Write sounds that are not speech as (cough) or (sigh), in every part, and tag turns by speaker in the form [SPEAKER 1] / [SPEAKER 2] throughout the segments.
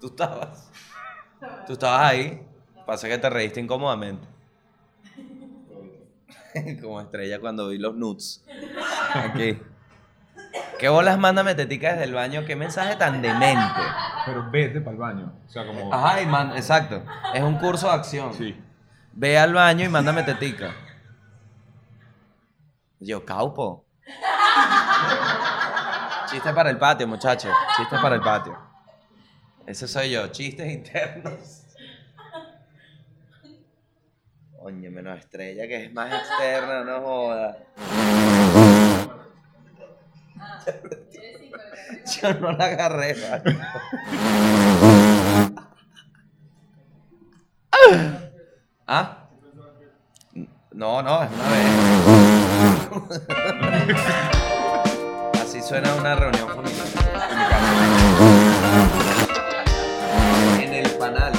[SPEAKER 1] Tú estabas. Tú estabas ahí. Pasa que te reíste incómodamente. (laughs) Como estrella cuando vi los nudes. Aquí. ¿Qué bolas manda metetica desde el baño? ¿Qué mensaje tan demente?
[SPEAKER 2] Pero vete para el baño. O sea, como.
[SPEAKER 1] Ajá, y man- exacto. Es un curso de acción.
[SPEAKER 2] Sí.
[SPEAKER 1] Ve al baño y mándame tetica. Yo, caupo. Chiste para el patio, muchachos. Chiste para el patio. Ese soy yo. Chistes internos. Oye, menos estrella que es más externa, no joda. Yo no la agarré. mano. ¿Ah? No, no, es una vez. Así suena una reunión familiar. En mi casa. En el panal.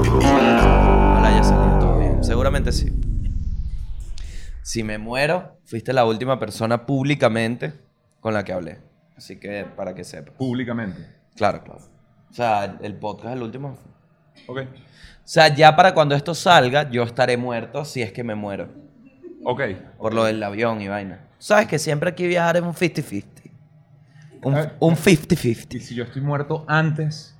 [SPEAKER 1] Ojalá haya salido todo bien. Seguramente sí. Si me muero, fuiste la última persona públicamente con la que hablé. Así que para que sepa.
[SPEAKER 2] Públicamente.
[SPEAKER 1] Claro, claro. O sea, el podcast, el último. O
[SPEAKER 2] Ok.
[SPEAKER 1] sea, ya para cuando esto salga, yo estaré muerto si es que me muero.
[SPEAKER 2] Ok.
[SPEAKER 1] Por lo del avión y vaina. Sabes que siempre aquí viajar es un 50-50. Un
[SPEAKER 2] A ver.
[SPEAKER 1] un 50-50.
[SPEAKER 2] Y si yo estoy muerto antes,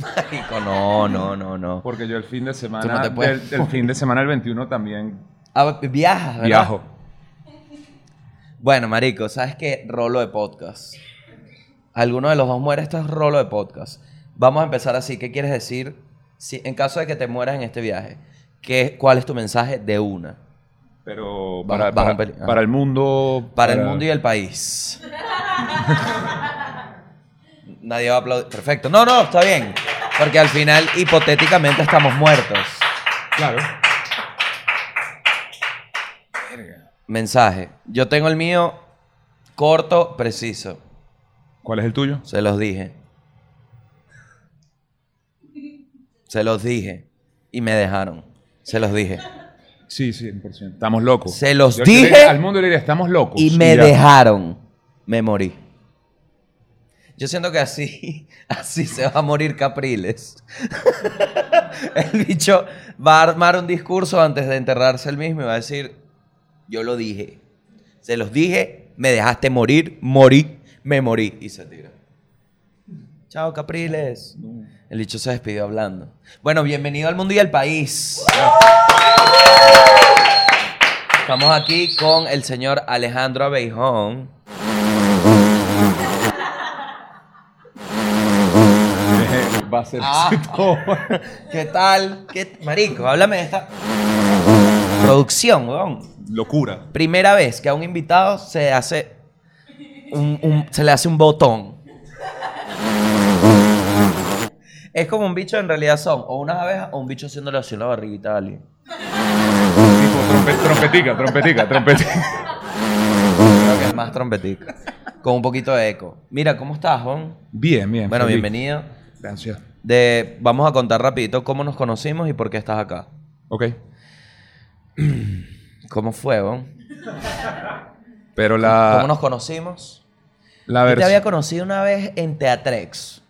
[SPEAKER 1] Marico, no, no, no, no.
[SPEAKER 2] porque yo el fin de semana.
[SPEAKER 1] Tú no te puedes-
[SPEAKER 2] del- el fin de semana del 21 también
[SPEAKER 1] Ah, viajas, ¿verdad?
[SPEAKER 2] viajo.
[SPEAKER 1] Bueno, marico, ¿sabes qué? Rolo de podcast. Alguno de los dos muere, esto es rolo de podcast. Vamos a empezar así. ¿Qué quieres decir si, en caso de que te mueras en este viaje? ¿qué, ¿Cuál es tu mensaje de una?
[SPEAKER 2] Pero
[SPEAKER 1] Bajo-
[SPEAKER 2] para,
[SPEAKER 1] bajo
[SPEAKER 2] para-
[SPEAKER 1] peli- ajá.
[SPEAKER 2] para el mundo.
[SPEAKER 1] Para el mundo y el país. Nadie va a aplaudir. Perfecto. No, no, está bien. Porque al final, hipotéticamente, estamos muertos.
[SPEAKER 2] Claro.
[SPEAKER 1] Mensaje. Yo tengo el mío corto, preciso.
[SPEAKER 2] ¿Cuál es el tuyo?
[SPEAKER 1] Se los dije. Se los dije. Y me dejaron. Se los dije.
[SPEAKER 2] Sí, sí, 100%. Estamos locos.
[SPEAKER 1] Se los
[SPEAKER 2] le
[SPEAKER 1] dije.
[SPEAKER 2] diría- al mundo le diría, estamos locos.
[SPEAKER 1] Y me
[SPEAKER 2] ya.
[SPEAKER 1] dejaron. Me morí. Yo siento que así, (laughs) así se va a morir Capriles. (laughs) el bicho va a armar un discurso antes de enterrarse él mismo y va a decir, yo lo dije. Se los dije, me dejaste morir, morí, me morí. Y se tira. Chao Capriles. El bicho se despidió hablando. Bueno, bienvenido al mundo y al país. Estamos aquí con el señor Alejandro Abeijón.
[SPEAKER 2] (laughs) Va a ser
[SPEAKER 1] Ah.
[SPEAKER 2] todo. (laughs)
[SPEAKER 1] ¿Qué tal? ¿Qué, marico, háblame de esta producción, weón.
[SPEAKER 2] Locura.
[SPEAKER 1] Primera vez que a un invitado se hace un, un- se le hace un botón. Es como un bicho, en realidad son o unas abejas o un bicho haciéndole así en la barriguita a alguien.
[SPEAKER 2] Tipo, trompe- trompetica, trompetica,
[SPEAKER 1] (laughs)
[SPEAKER 2] trompetica.
[SPEAKER 1] Creo que es más trompetico. Con un poquito de eco. Mira, ¿cómo estás, Bon?
[SPEAKER 2] Bien, bien.
[SPEAKER 1] Bueno,
[SPEAKER 2] feliz.
[SPEAKER 1] bienvenido.
[SPEAKER 2] Gracias.
[SPEAKER 1] De, vamos a contar rapidito cómo nos conocimos y por qué estás acá.
[SPEAKER 2] Ok.
[SPEAKER 1] ¿Cómo fue, Bon?
[SPEAKER 2] Pero la.
[SPEAKER 1] ¿Cómo nos conocimos?
[SPEAKER 2] La
[SPEAKER 1] Yo te
[SPEAKER 2] versión.
[SPEAKER 1] había conocido una vez en Teatrex.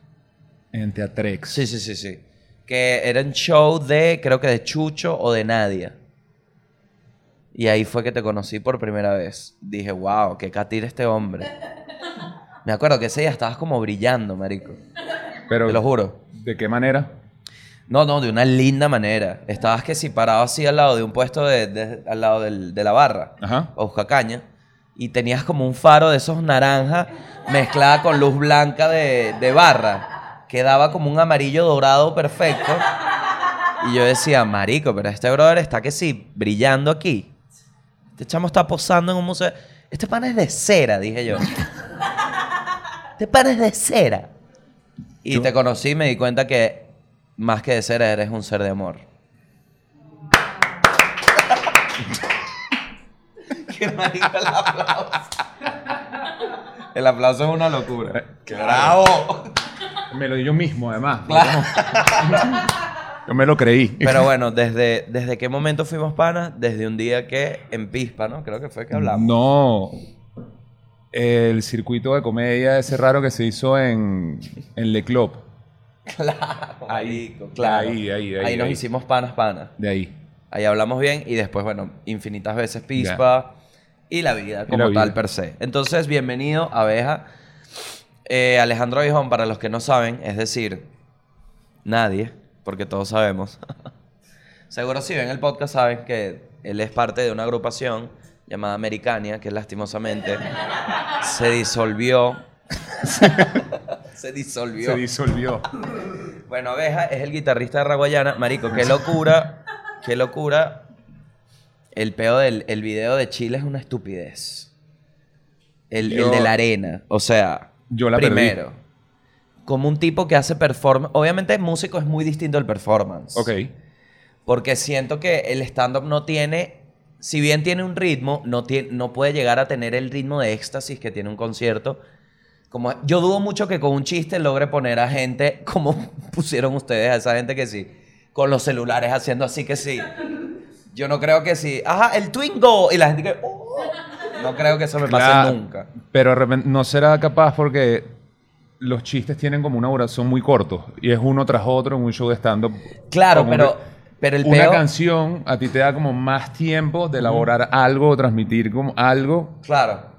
[SPEAKER 2] En Teatrex.
[SPEAKER 1] Sí, sí, sí, sí. Que era un show de, creo que de Chucho o de Nadia. Y ahí fue que te conocí por primera vez. Dije, wow, qué catira este hombre. Me acuerdo que ese día estabas como brillando, marico.
[SPEAKER 2] Pero,
[SPEAKER 1] Te lo juro.
[SPEAKER 2] ¿De qué manera?
[SPEAKER 1] No, no, de una linda manera. Estabas que si parado así al lado de un puesto de, de- al lado del- de la barra.
[SPEAKER 2] Ajá.
[SPEAKER 1] o caña y tenías como un faro de esos naranjas mezclada con luz blanca de, de barra, que daba como un amarillo dorado perfecto. Y yo decía, marico, pero este brother está que sí, brillando aquí. Este chamo está posando en un museo. Este pan es de cera, dije yo. Este pan es de cera. Y te conocí y me di cuenta que más que de cera eres un ser de amor. (laughs) Qué marico el aplauso. El aplauso es una locura.
[SPEAKER 2] Claro. Me lo di yo mismo, además. Fue como- Yo me lo creí.
[SPEAKER 1] Pero bueno, desde, ¿desde qué momento fuimos panas? Desde un día que en Pispa, ¿no? Creo que fue que hablamos.
[SPEAKER 2] No. El circuito de comedia ese raro que se hizo en, en Le Club.
[SPEAKER 1] Claro,
[SPEAKER 2] Ahí,
[SPEAKER 1] marico, claro.
[SPEAKER 2] ahí, ahí, ahí,
[SPEAKER 1] Ahí nos
[SPEAKER 2] ahí.
[SPEAKER 1] hicimos panas, panas.
[SPEAKER 2] De ahí.
[SPEAKER 1] Ahí hablamos bien y después, bueno, infinitas veces Pispa y la vida como
[SPEAKER 2] vida.
[SPEAKER 1] tal per se. Entonces, bienvenido, abeja. Eh, Alejandro Aguijón, para los que no saben, es decir, nadie, porque todos sabemos. (laughs) Seguro si ven el podcast saben que él es parte de una agrupación llamada Americania, que lastimosamente se disolvió. (laughs) se disolvió.
[SPEAKER 2] Se disolvió.
[SPEAKER 1] Bueno, Abeja es el guitarrista de Raguayana. Marico, qué locura, qué locura. El peo del el video de Chile es una estupidez. El, el
[SPEAKER 2] Yo-
[SPEAKER 1] de la arena. O sea,
[SPEAKER 2] Yo la perdí.
[SPEAKER 1] primero. Como un tipo que hace performance. Obviamente, músico es muy distinto al performance.
[SPEAKER 2] Ok.
[SPEAKER 1] Porque siento que el stand-up no tiene. Si bien tiene un ritmo, no, tie- no puede llegar a tener el ritmo de éxtasis que tiene un concierto. Como, yo dudo mucho que con un chiste logre poner a gente (laughs) como pusieron ustedes, a esa gente que sí, con los celulares haciendo así que sí. Yo no creo que sí. Ajá, el Twingo. Y la gente que. "Oh". no creo que eso me pase
[SPEAKER 2] Claro,
[SPEAKER 1] nunca.
[SPEAKER 2] Pero de repente no será capaz porque los chistes tienen como una duración muy cortos y es uno tras otro en un show de stand-up.
[SPEAKER 1] Claro,
[SPEAKER 2] Como
[SPEAKER 1] pero,
[SPEAKER 2] que
[SPEAKER 1] pero el
[SPEAKER 2] Una
[SPEAKER 1] peo-
[SPEAKER 2] canción a ti te da como más tiempo de elaborar algo o transmitir como algo.
[SPEAKER 1] Claro.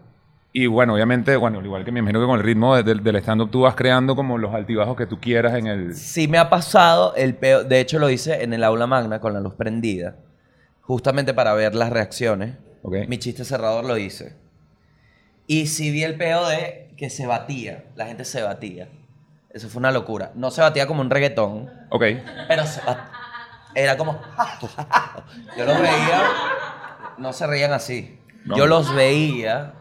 [SPEAKER 2] Y bueno, obviamente, bueno, al igual que me imagino que con el ritmo de- del, del stand-up tú vas creando como los altibajos que tú quieras en el...
[SPEAKER 1] Sí me ha pasado el peor, de hecho lo hice en el aula magna con la luz prendida, justamente para ver las reacciones.
[SPEAKER 2] Ok.
[SPEAKER 1] Mi chiste cerrador lo hice. Y sí vi el peo de que se batía, la gente se batía. Eso fue una locura. No se batía como un reggaetón,
[SPEAKER 2] Ok.
[SPEAKER 1] pero se bat- era como... (laughs) Yo los veía, no se reían así.
[SPEAKER 2] No.
[SPEAKER 1] Yo los veía,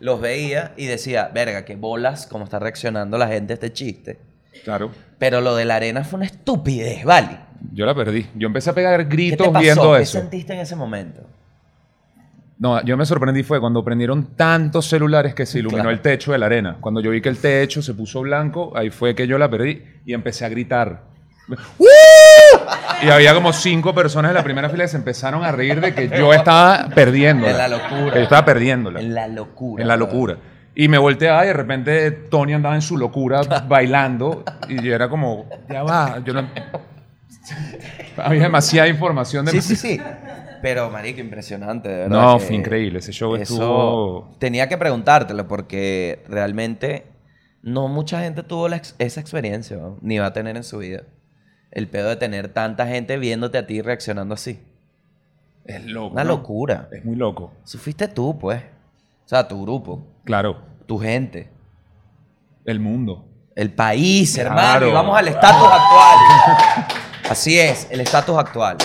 [SPEAKER 1] los veía y decía, verga, qué bolas, cómo está reaccionando la gente a este chiste.
[SPEAKER 2] Claro.
[SPEAKER 1] Pero lo de la arena fue una estupidez, ¿vale?
[SPEAKER 2] Yo la perdí. Yo empecé a pegar
[SPEAKER 1] ¿Qué
[SPEAKER 2] gritos
[SPEAKER 1] te pasó?
[SPEAKER 2] viendo
[SPEAKER 1] ¿Qué
[SPEAKER 2] eso.
[SPEAKER 1] sentiste en ese momento?
[SPEAKER 2] No, yo me sorprendí fue cuando prendieron tantos celulares que se iluminó
[SPEAKER 1] Claro.
[SPEAKER 2] el techo de la arena. Cuando yo vi que el techo se puso blanco, ahí fue que yo la perdí y empecé a gritar. ¡Uh! Y había como cinco personas en la primera fila que se empezaron a reír de que yo estaba perdiéndola.
[SPEAKER 1] En la locura.
[SPEAKER 2] Que Yo estaba perdiéndola.
[SPEAKER 1] En la locura.
[SPEAKER 2] En la
[SPEAKER 1] bro.
[SPEAKER 2] locura. Y me volteaba y de repente Tony andaba en
[SPEAKER 1] (laughs)
[SPEAKER 2] su locura bailando y yo era como, ya va, yo no... Había demasiada información. De
[SPEAKER 1] Sí, sí, sí. Pero, marico, impresionante, de verdad.
[SPEAKER 2] No,
[SPEAKER 1] que
[SPEAKER 2] fue increíble. Ese show
[SPEAKER 1] eso-
[SPEAKER 2] estuvo...
[SPEAKER 1] Tenía que preguntártelo porque realmente no mucha gente tuvo la ex- esa experiencia, ¿no? ni va a tener en su vida. El pedo de tener tanta gente viéndote a ti reaccionando así.
[SPEAKER 2] Es loco.
[SPEAKER 1] Una
[SPEAKER 2] ¿no?
[SPEAKER 1] locura.
[SPEAKER 2] Es muy loco.
[SPEAKER 1] Eso fuiste tú, pues. O sea, tu grupo,
[SPEAKER 2] Claro.
[SPEAKER 1] tu gente.
[SPEAKER 2] El mundo.
[SPEAKER 1] El país, hermano.
[SPEAKER 2] Claro.
[SPEAKER 1] Y vamos al estatus actual. Así es, el estatus actual.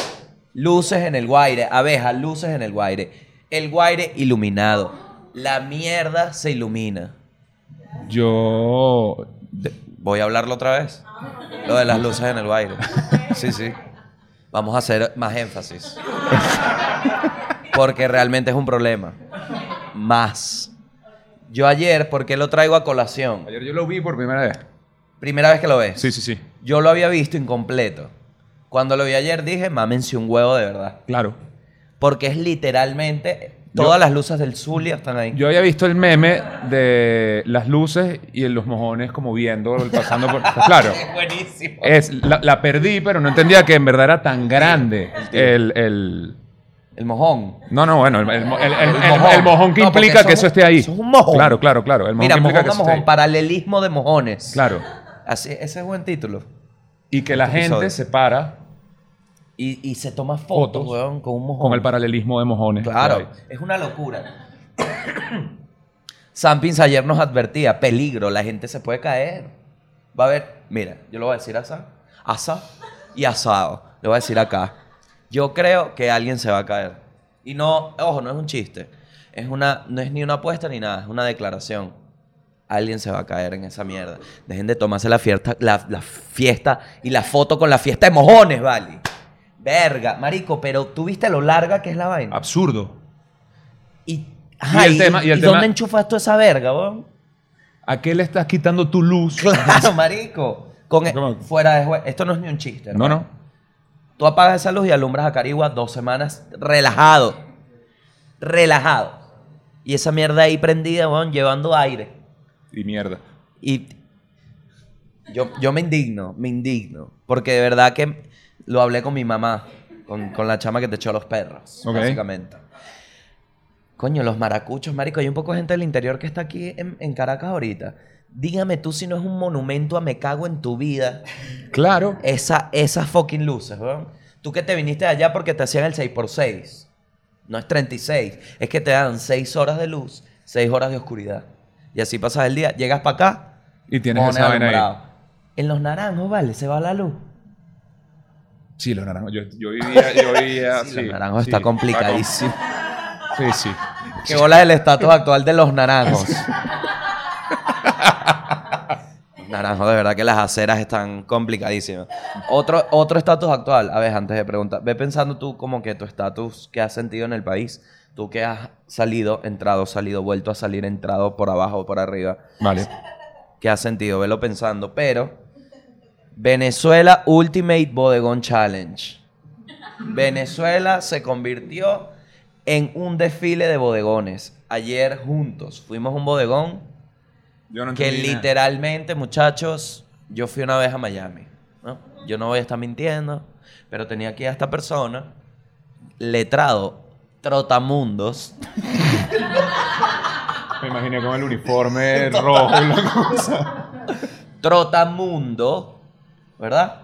[SPEAKER 1] Luces en el guaire, abejas, luces en el guaire. El guaire iluminado. La mierda se ilumina.
[SPEAKER 2] Yo...
[SPEAKER 1] Voy a hablarlo otra vez. Lo de las luces en el guaire. Sí, sí. Vamos a hacer más énfasis. Porque realmente es un problema. Más. Yo ayer, porque lo traigo a colación?
[SPEAKER 2] Ayer yo lo vi por primera vez.
[SPEAKER 1] Primera vez que lo ves.
[SPEAKER 2] Sí, sí, sí.
[SPEAKER 1] Yo lo había visto incompleto. Cuando lo vi ayer dije, mámense un huevo de verdad.
[SPEAKER 2] Claro.
[SPEAKER 1] Porque es literalmente todas las luces del Zulia están ahí. (laughs)
[SPEAKER 2] Yo había visto el meme de las luces y los mojones
[SPEAKER 1] (laughs)
[SPEAKER 2] como viendo, pasando por... Claro.
[SPEAKER 1] Buenísimo.
[SPEAKER 2] Es, la, la perdí, pero no entendía que en verdad era tan grande el... el-
[SPEAKER 1] El mojón.
[SPEAKER 2] no, no, bueno, el, el- el- el-
[SPEAKER 1] El
[SPEAKER 2] el
[SPEAKER 1] mojón.
[SPEAKER 2] mojón. que
[SPEAKER 1] No, porque
[SPEAKER 2] implica
[SPEAKER 1] eso
[SPEAKER 2] que
[SPEAKER 1] es
[SPEAKER 2] eso
[SPEAKER 1] un-
[SPEAKER 2] esté ahí.
[SPEAKER 1] eso es un mojón.
[SPEAKER 2] Claro, claro, claro. El mojón
[SPEAKER 1] Mira,
[SPEAKER 2] que
[SPEAKER 1] mojón
[SPEAKER 2] implica
[SPEAKER 1] a
[SPEAKER 2] que eso esté
[SPEAKER 1] mojón,
[SPEAKER 2] ahí.
[SPEAKER 1] paralelismo de mojones.
[SPEAKER 2] Claro.
[SPEAKER 1] Así, ese es buen título.
[SPEAKER 2] Y que la
[SPEAKER 1] Este episodio.
[SPEAKER 2] gente se para
[SPEAKER 1] Y, y se toma fotos,
[SPEAKER 2] Fotos.
[SPEAKER 1] weón, con un mojón.
[SPEAKER 2] con el paralelismo de mojones.
[SPEAKER 1] Claro, es una locura. (coughs) Sampins ayer nos advertía, peligro, la gente se puede caer. Va a haber, mira, yo lo voy a decir asa, asa y asado. Le voy a decir acá. Yo creo que alguien se va a caer. Y no, ojo, no es un chiste. Es una, no es ni una apuesta ni nada, es una declaración. Alguien se va a caer en esa mierda. Dejen de tomarse la fiesta, la, la fiesta y la foto con la fiesta de mojones, vale. Verga, marico, pero tú viste lo larga que es la vaina.
[SPEAKER 2] Absurdo.
[SPEAKER 1] Y, ajá,
[SPEAKER 2] el
[SPEAKER 1] y-
[SPEAKER 2] tema- y el
[SPEAKER 1] ¿y
[SPEAKER 2] tema-
[SPEAKER 1] dónde
[SPEAKER 2] (laughs)
[SPEAKER 1] enchufas tú esa verga, weón?
[SPEAKER 2] ¿A qué le estás quitando tu luz?
[SPEAKER 1] Claro, marico. con e-
[SPEAKER 2] ¿Cómo?
[SPEAKER 1] fuera de juego. Esto no es ni un chiste.
[SPEAKER 2] No,
[SPEAKER 1] hermano.
[SPEAKER 2] no.
[SPEAKER 1] Tú apagas esa luz y alumbras a Carigua dos semanas relajado. Relajado. Y esa mierda ahí prendida, weón, llevando aire.
[SPEAKER 2] Y mierda.
[SPEAKER 1] Y yo, yo me indigno, me indigno. Porque de verdad que lo hablé con mi mamá, con, con la chama que te echó los perros,
[SPEAKER 2] Ok.
[SPEAKER 1] básicamente. Coño, los maracuchos, marico, hay un poco de gente del interior que está aquí en, en Caracas ahorita. Dígame tú si no es un monumento a me cago en tu vida
[SPEAKER 2] Claro.
[SPEAKER 1] esa, esas fucking luces, weón. Tú que te viniste de allá porque te hacían el 6x6. No es 36. Es que te dan 6 horas de luz, 6 horas de oscuridad. Y así pasas el día. Llegas para acá.
[SPEAKER 2] Y tienes
[SPEAKER 1] pones
[SPEAKER 2] esa vaina ahí.
[SPEAKER 1] alumbrado. En los naranjos, vale, se va la luz.
[SPEAKER 2] Sí, los naranjos. Yo, yo vivía, yo vivía.
[SPEAKER 1] Sí,
[SPEAKER 2] sí,
[SPEAKER 1] los naranjos
[SPEAKER 2] sí.
[SPEAKER 1] está complicadísimo.
[SPEAKER 2] Sí, sí.
[SPEAKER 1] Qué bola el estatus actual de los
[SPEAKER 2] (laughs)
[SPEAKER 1] naranjos. Los Naranjos, de verdad que las aceras están complicadísimas. Otro otro estatus actual, a ver, antes de preguntar, ve pensando tú como que tu estatus que has sentido en el país, tú que has salido, entrado, salido, vuelto a salir, entrado por abajo, por arriba,
[SPEAKER 2] Vale.
[SPEAKER 1] que has sentido, velo pensando, pero Venezuela Ultimate Bodegón Challenge. Venezuela se convirtió en un desfile de bodegones. Ayer juntos fuimos a un bodegón
[SPEAKER 2] Yo no
[SPEAKER 1] que
[SPEAKER 2] entendí nada.
[SPEAKER 1] literalmente, muchachos, yo fui una vez a Miami. ¿no? Yo no voy a estar mintiendo, pero tenía aquí a esta persona, letrado, trotamundos,
[SPEAKER 2] Me imaginé con el uniforme rojo y la cosa.
[SPEAKER 1] trotamundo, ¿verdad?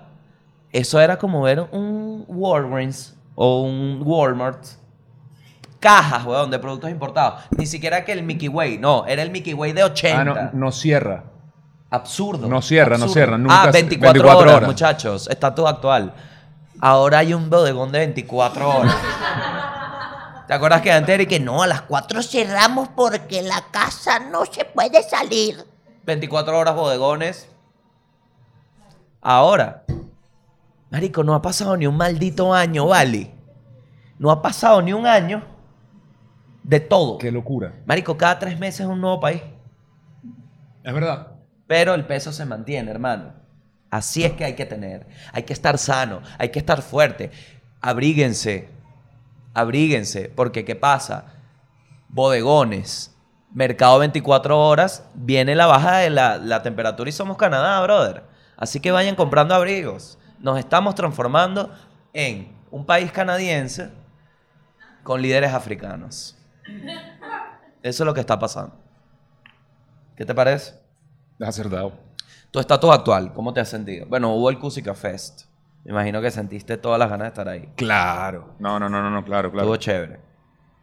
[SPEAKER 1] Eso era como ver un Walgreens o un Walmart. Cajas, weón, de productos importados. Ni siquiera que el Mickey Way, no, era el Mickey Way de 80.
[SPEAKER 2] Ah, no, no cierra.
[SPEAKER 1] Absurdo.
[SPEAKER 2] No cierra, no
[SPEAKER 1] absurdo.
[SPEAKER 2] cierra, nunca
[SPEAKER 1] Ah,
[SPEAKER 2] se-
[SPEAKER 1] 24,
[SPEAKER 2] 24
[SPEAKER 1] horas,
[SPEAKER 2] horas.
[SPEAKER 1] muchachos. Estatus actual. Ahora hay un bodegón de 24 horas.
[SPEAKER 2] (laughs)
[SPEAKER 1] ¿Te acuerdas que antes era y que no, a las 4
[SPEAKER 3] cerramos porque la casa no se puede salir.
[SPEAKER 1] 24 horas bodegones. Ahora, Marico, no ha pasado ni un maldito año, vale. No ha pasado ni un año de todo.
[SPEAKER 2] Qué locura.
[SPEAKER 1] Marico, cada tres meses es un nuevo país.
[SPEAKER 2] Es verdad.
[SPEAKER 1] Pero el peso se mantiene, hermano. Así es que hay que tener. Hay que estar sano, hay que estar fuerte. Abríguense, abríguense, porque ¿qué pasa? Bodegones, mercado 24 horas, viene la baja de la, la temperatura y somos Canadá, brother. Así que vayan comprando abrigos. Nos estamos transformando en un país canadiense con líderes africanos. Eso es lo que está pasando. ¿Qué te parece?
[SPEAKER 2] Has acertado.
[SPEAKER 1] Tu estatus actual, ¿cómo te has sentido? Bueno, hubo el Cusica Fest. Me imagino que sentiste todas las ganas de estar ahí.
[SPEAKER 2] Claro. No, no, no, no, no, claro, claro.
[SPEAKER 1] Estuvo chévere.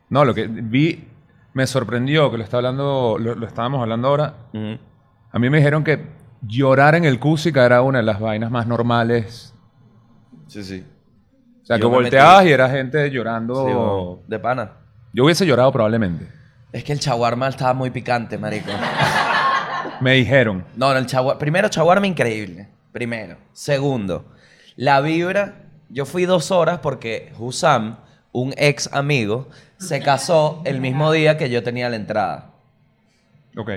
[SPEAKER 2] No, lo que vi me sorprendió que lo está hablando, lo, lo estábamos hablando ahora.
[SPEAKER 1] Ujú.
[SPEAKER 2] A mí me dijeron que llorar en el Cusica era una de las vainas más normales.
[SPEAKER 1] Sí, sí.
[SPEAKER 2] O sea,
[SPEAKER 1] Yo
[SPEAKER 2] que
[SPEAKER 1] me
[SPEAKER 2] volteabas
[SPEAKER 1] metí.
[SPEAKER 2] y era gente llorando.
[SPEAKER 1] bueno, de pana.
[SPEAKER 2] Yo hubiese llorado probablemente.
[SPEAKER 1] Es que el chaguarma estaba muy picante, marico.
[SPEAKER 2] Me dijeron.
[SPEAKER 1] No, no, el chaguarma. Primero, chaguarma increíble. Primero. Segundo, la vibra. Yo fui dos horas porque Husam, un ex amigo, se casó el mismo día que yo tenía la entrada.
[SPEAKER 2] Ok.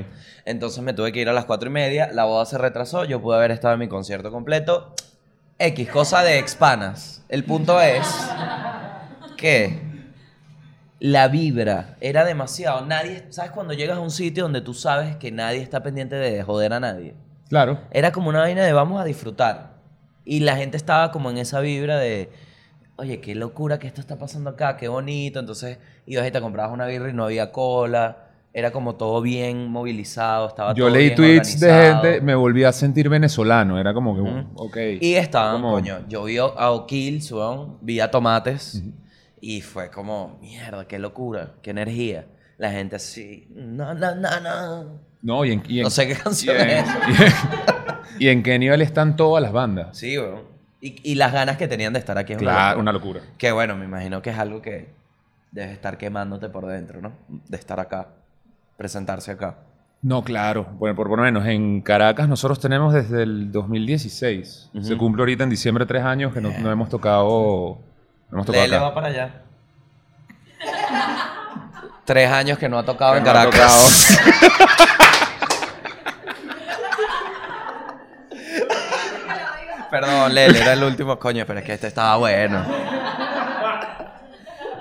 [SPEAKER 1] Entonces me tuve que ir a las cuatro y media, la boda se retrasó, yo pude haber estado en mi concierto completo. X, cosa de expanas. El punto es que la vibra era demasiado. Nadie, ¿sabes cuando llegas a un sitio donde tú sabes que nadie está pendiente de joder a nadie?
[SPEAKER 2] Claro.
[SPEAKER 1] Era como una vaina de vamos a disfrutar. Y la gente estaba como en esa vibra de, oye, qué locura que esto está pasando acá, qué bonito. Entonces ibas y te comprabas una birra y no había cola. Era como todo bien movilizado, estaba
[SPEAKER 2] Yo
[SPEAKER 1] todo
[SPEAKER 2] leí
[SPEAKER 1] bien
[SPEAKER 2] tweets
[SPEAKER 1] organizado.
[SPEAKER 2] de gente, me volví a sentir venezolano. Era como que,
[SPEAKER 1] Ujú.
[SPEAKER 2] ok.
[SPEAKER 1] Y estaban,
[SPEAKER 2] Como-
[SPEAKER 1] coño, yo vi a O'Kill, weón, vi a Tomates y fue como, mierda, qué locura, qué energía. La gente así, no, no, no, no.
[SPEAKER 2] No, y en, y en-
[SPEAKER 1] No sé qué
[SPEAKER 2] y
[SPEAKER 1] canción
[SPEAKER 2] en-
[SPEAKER 1] es.
[SPEAKER 2] y en- (laughs) y en qué nivel están todas las bandas.
[SPEAKER 1] Sí, weón. Y, y las ganas que tenían de estar aquí. es una
[SPEAKER 2] Claro,
[SPEAKER 1] locura.
[SPEAKER 2] una locura.
[SPEAKER 1] Que bueno, me imagino que es algo que debes estar quemándote por dentro, ¿no? De estar acá, presentarse acá.
[SPEAKER 2] No, claro. Bueno, por por lo menos en Caracas nosotros tenemos desde el 2016.
[SPEAKER 1] Ujú.
[SPEAKER 2] Se cumple ahorita en diciembre tres años que no, no hemos tocado. No hemos tocado
[SPEAKER 1] Lele
[SPEAKER 2] acá.
[SPEAKER 1] va para allá. (laughs) Tres años que no ha tocado
[SPEAKER 2] Que
[SPEAKER 1] en
[SPEAKER 2] no ha
[SPEAKER 1] Caracas. (laughs) perdón, Lele, era el último. Coño, pero es que este estaba bueno.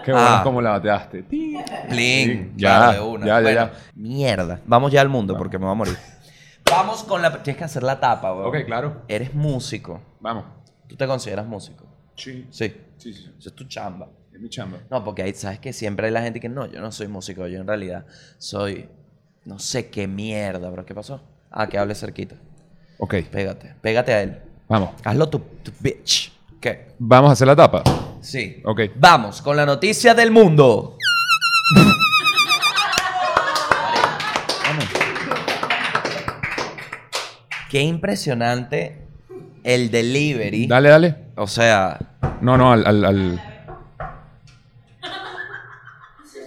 [SPEAKER 2] Qué bueno
[SPEAKER 1] Ah.
[SPEAKER 2] cómo la bateaste. Ti.
[SPEAKER 1] Plin.
[SPEAKER 2] Ya,
[SPEAKER 1] claro, de una.
[SPEAKER 2] ya, ya,
[SPEAKER 1] Bueno,
[SPEAKER 2] ya.
[SPEAKER 1] Mierda. Vamos ya al mundo porque me voy a morir. Vamos con la. Tienes que hacer la tapa, weón.
[SPEAKER 2] Ok, claro.
[SPEAKER 1] Eres músico.
[SPEAKER 2] Vamos.
[SPEAKER 1] ¿Tú te consideras músico?
[SPEAKER 2] Sí.
[SPEAKER 1] Sí.
[SPEAKER 2] Sí, sí, sí.
[SPEAKER 1] Eso es tu chamba.
[SPEAKER 2] Es mi chamba.
[SPEAKER 1] No, porque ahí sabes que siempre hay la gente que no, yo no soy músico, yo en realidad soy. No sé qué mierda, pero ¿qué pasó? Ah, que hable cerquita.
[SPEAKER 2] Ok,
[SPEAKER 1] Pégate, pégate a él.
[SPEAKER 2] vamos.
[SPEAKER 1] Hazlo tu, tu bitch. ¿Qué?
[SPEAKER 2] Vamos a hacer la tapa.
[SPEAKER 1] Sí.
[SPEAKER 2] Ok.
[SPEAKER 1] Vamos con la noticia del mundo. Qué impresionante el delivery.
[SPEAKER 2] Dale, dale.
[SPEAKER 1] O sea,
[SPEAKER 2] No, no, al, al, al-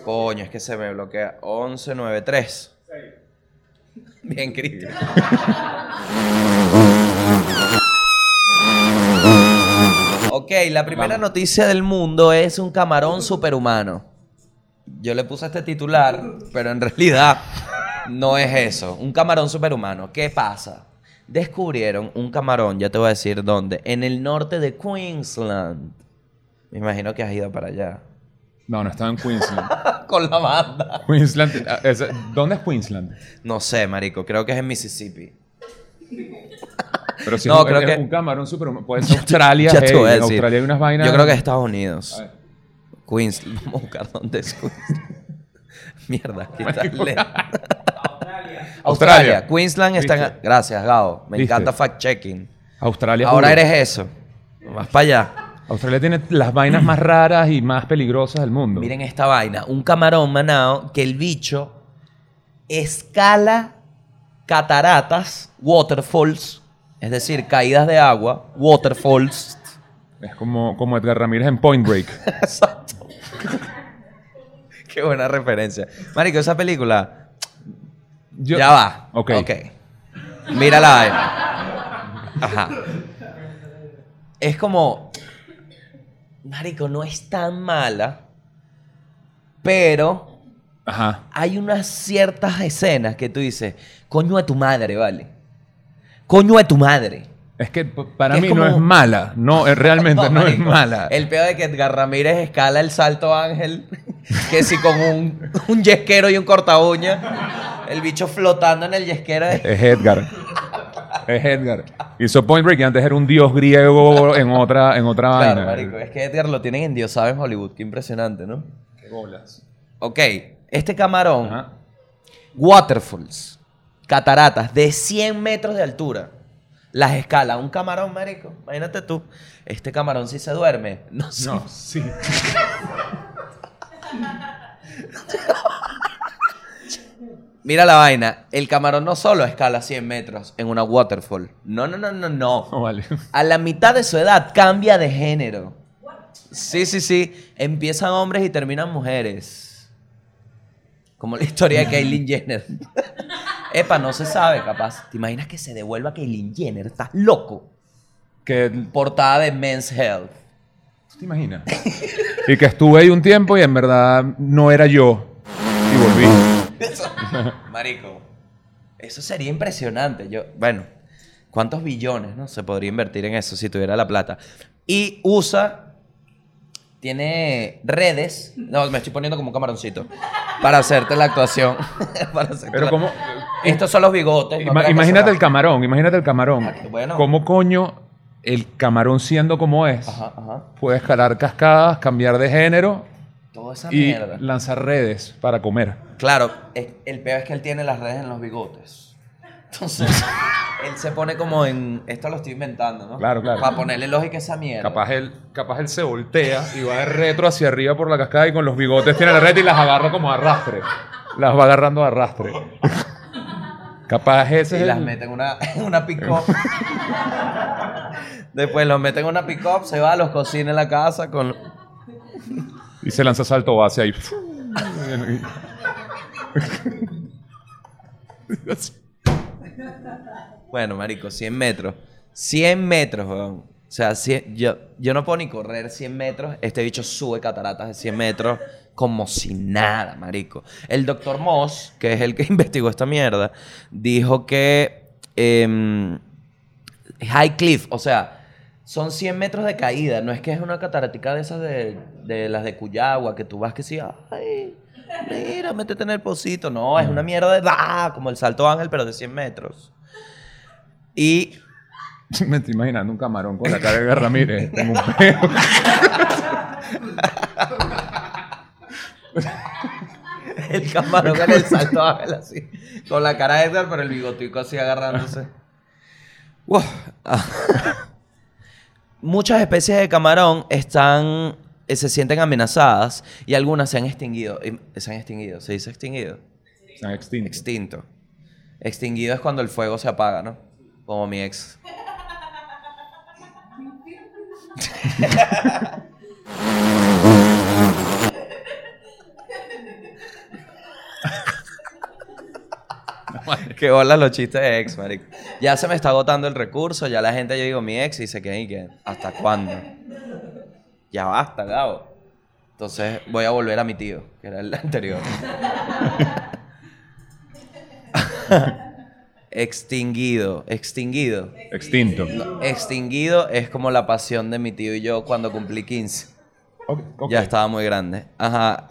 [SPEAKER 1] coño, es que se me bloquea. 1193. Bien, Cristian. Ok, la primera noticia del mundo es un camarón superhumano. Yo le puse este titular, pero en realidad no es eso. Un camarón superhumano. ¿Qué pasa? Descubrieron un camarón, ya te voy a decir dónde, en el norte de Queensland. Me imagino que has ido para allá. (laughs)
[SPEAKER 2] No, no estaba en Queensland. (laughs)
[SPEAKER 1] Con la banda.
[SPEAKER 2] Queensland. ah, es- ¿Dónde es Queensland?
[SPEAKER 1] No sé, marico, creo que es en Mississippi.
[SPEAKER 2] Pero si
[SPEAKER 1] No,
[SPEAKER 2] es, un-
[SPEAKER 1] creo
[SPEAKER 2] es
[SPEAKER 1] que-
[SPEAKER 2] un camarón super.
[SPEAKER 1] (laughs)
[SPEAKER 2] Puede ser Australia.
[SPEAKER 1] Ya te
[SPEAKER 2] hey,
[SPEAKER 1] voy a
[SPEAKER 2] en
[SPEAKER 1] decir.
[SPEAKER 2] Australia hay unas vainas.
[SPEAKER 1] Yo creo que es Estados Unidos.
[SPEAKER 2] A ver.
[SPEAKER 1] Queensland. (laughs) Vamos a buscar dónde es Queensland. (laughs) Mierda, aquí está Leo.
[SPEAKER 2] (laughs)
[SPEAKER 1] Australia.
[SPEAKER 2] Australia.
[SPEAKER 1] Queensland está en-
[SPEAKER 2] ¿Viste?
[SPEAKER 1] Gracias, Gao. Me
[SPEAKER 2] ¿Viste?
[SPEAKER 1] encanta fact-checking.
[SPEAKER 2] Australia. es
[SPEAKER 1] Ahora
[SPEAKER 2] duro.
[SPEAKER 1] eres eso. Vas para allá.
[SPEAKER 2] Australia tiene las vainas más raras y más peligrosas del mundo.
[SPEAKER 1] Miren esta vaina. Un camarón manao que el bicho escala cataratas, waterfalls, es decir, caídas de agua, waterfalls.
[SPEAKER 2] Es como, como Edgar Ramírez en Point Break.
[SPEAKER 1] Exacto. (laughs) Qué buena referencia. Marico, esa película.
[SPEAKER 2] Yo-
[SPEAKER 1] Ya va.
[SPEAKER 2] Ok.
[SPEAKER 1] Ok. Mira la vaina. Ajá. Es como. Marico, no es tan mala. Pero
[SPEAKER 2] Ajá.
[SPEAKER 1] hay unas ciertas escenas que tú dices, coño a tu madre, vale. Coño a tu madre.
[SPEAKER 2] Es que p- para
[SPEAKER 1] Es
[SPEAKER 2] mí
[SPEAKER 1] como-
[SPEAKER 2] no es mala. No,
[SPEAKER 1] (laughs)
[SPEAKER 2] eh, realmente no, es
[SPEAKER 1] marico.
[SPEAKER 2] mala.
[SPEAKER 1] El peor de que Edgar Ramírez escala el salto ángel, que si con un, un yesquero y un corta uña, el bicho flotando en el yesquero.
[SPEAKER 2] Es Edgar. Es Edgar. Hizo Point Break y antes era un dios griego en otra, en otra
[SPEAKER 1] Claro,
[SPEAKER 2] vaina. eh.
[SPEAKER 1] marico, es que Edgar lo tienen en Dios, ¿sabes? Hollywood, qué impresionante, ¿no? Ok, este camarón,
[SPEAKER 2] Ajá.
[SPEAKER 1] waterfalls, cataratas de 100 metros de altura. Las escala un camarón, marico. Imagínate tú. Este camarón si se duerme. No sé.
[SPEAKER 2] No, sí.
[SPEAKER 1] Mira la vaina. El camarón no solo escala 100 metros en una waterfall. No, no, no, no,
[SPEAKER 2] No,
[SPEAKER 1] no.
[SPEAKER 2] vale.
[SPEAKER 1] A la mitad de su edad cambia de género. Sí, sí, sí. Empiezan hombres y terminan mujeres. Como la historia de Caitlyn Jenner. (laughs) Epa, no se sabe, capaz. ¿Te imaginas que se devuelva Caitlyn Jenner? Estás loco.
[SPEAKER 2] Que,
[SPEAKER 1] Portada de Men's Health.
[SPEAKER 2] ¿Te imaginas? Y que estuve ahí un tiempo y en verdad no era yo. Y volví. (laughs)
[SPEAKER 1] Marico, eso sería impresionante. Yo, bueno, ¿cuántos billones no se podría invertir en eso si tuviera la plata? Y USA tiene redes. No, me estoy poniendo como un camaroncito. Para hacerte la actuación. (laughs) para hacerte
[SPEAKER 2] Pero
[SPEAKER 1] la-
[SPEAKER 2] como...
[SPEAKER 1] Estos son los bigotes. no
[SPEAKER 2] Ima-
[SPEAKER 1] creas que
[SPEAKER 2] imagínate
[SPEAKER 1] son
[SPEAKER 2] el camarón, imagínate el camarón.
[SPEAKER 1] Ah, qué bueno.
[SPEAKER 2] ¿Cómo coño el camarón siendo como
[SPEAKER 1] las-
[SPEAKER 2] es?
[SPEAKER 1] Ajá, ajá.
[SPEAKER 2] Puede escalar cascadas, cambiar de género
[SPEAKER 1] Toda esa
[SPEAKER 2] y
[SPEAKER 1] mierda.
[SPEAKER 2] lanzar redes para comer.
[SPEAKER 1] Claro, es- el peor es que él tiene las redes en los bigotes. Entonces, (laughs) él se pone como en. Esto lo estoy inventando, ¿no?
[SPEAKER 2] Claro, claro.
[SPEAKER 1] Para ponerle lógica a esa mierda.
[SPEAKER 2] Capaz él, capaz él se voltea y va de retro hacia arriba por la cascada y con los bigotes tiene la red y las agarra como arrastre. Las va agarrando
[SPEAKER 1] (laughs)
[SPEAKER 2] de arrastre. capaz ese
[SPEAKER 1] Y
[SPEAKER 2] es
[SPEAKER 1] las
[SPEAKER 2] el-
[SPEAKER 1] meten en una, (laughs) en una
[SPEAKER 2] (laughs)
[SPEAKER 1] pick-up. Después los meten en una pick-up, se va, los cocina en la casa con...
[SPEAKER 2] y se lanza salto base ahí. (laughs)
[SPEAKER 1] Bueno, marico, 100 metros. 100 metros, weón. O sea, 100 yo, yo no puedo ni correr 100 metros. Este bicho sube cataratas de 100 metros como si nada, marico. El doctor Moss, que es el que (laughs) investigó esta mierda, dijo que... em, High Cliff, o sea, son 100 metros de caída. No es que es una cataratica de esas de, de las de Cuyagua, que tú vas que sí, ay, mira, métete en el pocito. No, es una mierda de, ¡bah! como el salto ángel, pero de 100 metros. Y
[SPEAKER 2] Me estoy imaginando un camarón con la cara
[SPEAKER 1] (laughs)
[SPEAKER 2] de Ramírez. Tengo un peo.
[SPEAKER 1] (laughs) el (laughs) camarón en el salto ángel así, con la cara de Edgar, pero el bigotico así agarrándose. Wow. (laughs) Ah. Muchas especies de camarón están, eh, se sienten amenazadas y algunas se han extinguido. Im- Se han extinguido, se dice extinguido.
[SPEAKER 2] Se han extinto.
[SPEAKER 1] Extinto. Extinguido es cuando el fuego se apaga, ¿no? Como mi ex. Qué bola los chistes de ex, marico. Ya se me está agotando el recurso, ya la gente, yo digo mi ex y se queda ahí que, ¿hasta cuándo? Ya basta, Gabo. Entonces voy a volver a mi tío, que era el (laughs) anterior. Extinguido, extinguido.
[SPEAKER 2] Extinto.
[SPEAKER 1] Extinguido es como la pasión de mi tío y yo cuando cumplí 15.
[SPEAKER 2] Ok, ok.
[SPEAKER 1] Ya estaba muy grande. Ajá.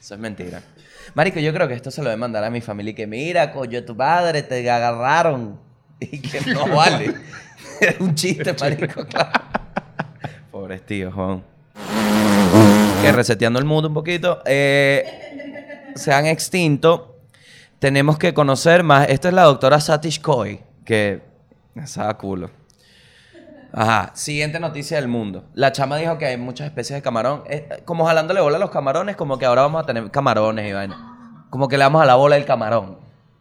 [SPEAKER 1] Eso es mentira. Marico, yo creo que esto se lo voy a mandar a mi familia y que mira, coño, tu padre te agarraron. Y que no vale. Es un chiste, marico, claro. Pobres tíos, Juan. Que reseteando el mundo un poquito. eh, se han extinto. Tenemos que conocer más. Esta es la doctora Satish Coy, que. Esa culo. Ajá, siguiente noticia del mundo. La chama dijo que hay muchas especies de camarón. Eh, como jalándole bola a los camarones, como que ahora vamos a tener camarones y vaina. Como que le damos a la bola el camarón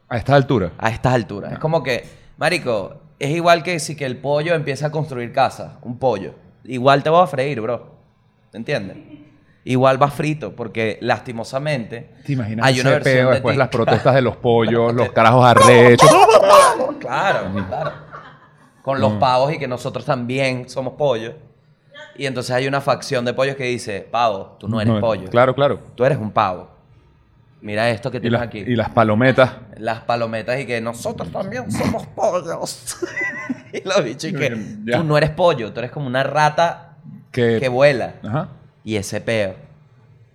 [SPEAKER 2] A esta altura.
[SPEAKER 1] a estas alturas. Es como que, marico, es igual que si que el pollo empieza a construir casa, un pollo. Igual te vas a freír, bro. ¿Te entiendes? Igual vas frito, porque lastimosamente
[SPEAKER 2] ¿Te imaginas
[SPEAKER 1] hay una
[SPEAKER 2] ese
[SPEAKER 1] versión
[SPEAKER 2] peo
[SPEAKER 1] de
[SPEAKER 2] después
[SPEAKER 1] ti-
[SPEAKER 2] las protestas
[SPEAKER 1] (laughs)
[SPEAKER 2] de los pollos, los carajos arrechos?
[SPEAKER 1] Claro, claro. Con
[SPEAKER 2] Mm.
[SPEAKER 1] los pavos y que nosotros también somos pollos. Y entonces hay una facción de pollos que dice, pavo, tú no eres pollo.
[SPEAKER 2] Claro, claro.
[SPEAKER 1] Tú eres un pavo. Mira esto que
[SPEAKER 2] Y
[SPEAKER 1] tienes
[SPEAKER 2] las-
[SPEAKER 1] aquí.
[SPEAKER 2] y las palometas.
[SPEAKER 1] las palometas y que nosotros también somos pollos. (laughs) y los bichos y que
[SPEAKER 2] Ya.
[SPEAKER 1] tú no eres pollo, tú eres como una rata
[SPEAKER 2] Que,
[SPEAKER 1] que vuela.
[SPEAKER 2] Ajá.
[SPEAKER 1] Y ese peo.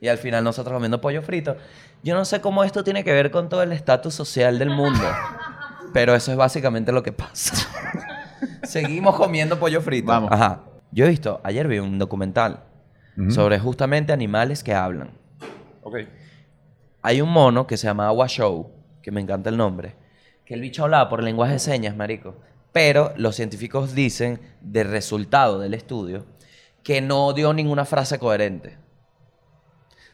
[SPEAKER 1] Y al final nosotros comiendo pollo frito. Yo no sé cómo esto tiene que ver con todo el estatus social del
[SPEAKER 2] (laughs)
[SPEAKER 1] mundo. Pero eso es básicamente lo que pasa. Seguimos comiendo pollo frito.
[SPEAKER 2] Vamos.
[SPEAKER 1] Ajá. Yo he visto, ayer vi un documental
[SPEAKER 2] Ujú.
[SPEAKER 1] sobre justamente animales que hablan.
[SPEAKER 2] Ok.
[SPEAKER 1] Hay un mono que se llama Agua Show, que me encanta el nombre, que el bicho hablaba por lenguaje de señas, marico. Pero los científicos dicen, de resultado del estudio, que no dio ninguna frase coherente.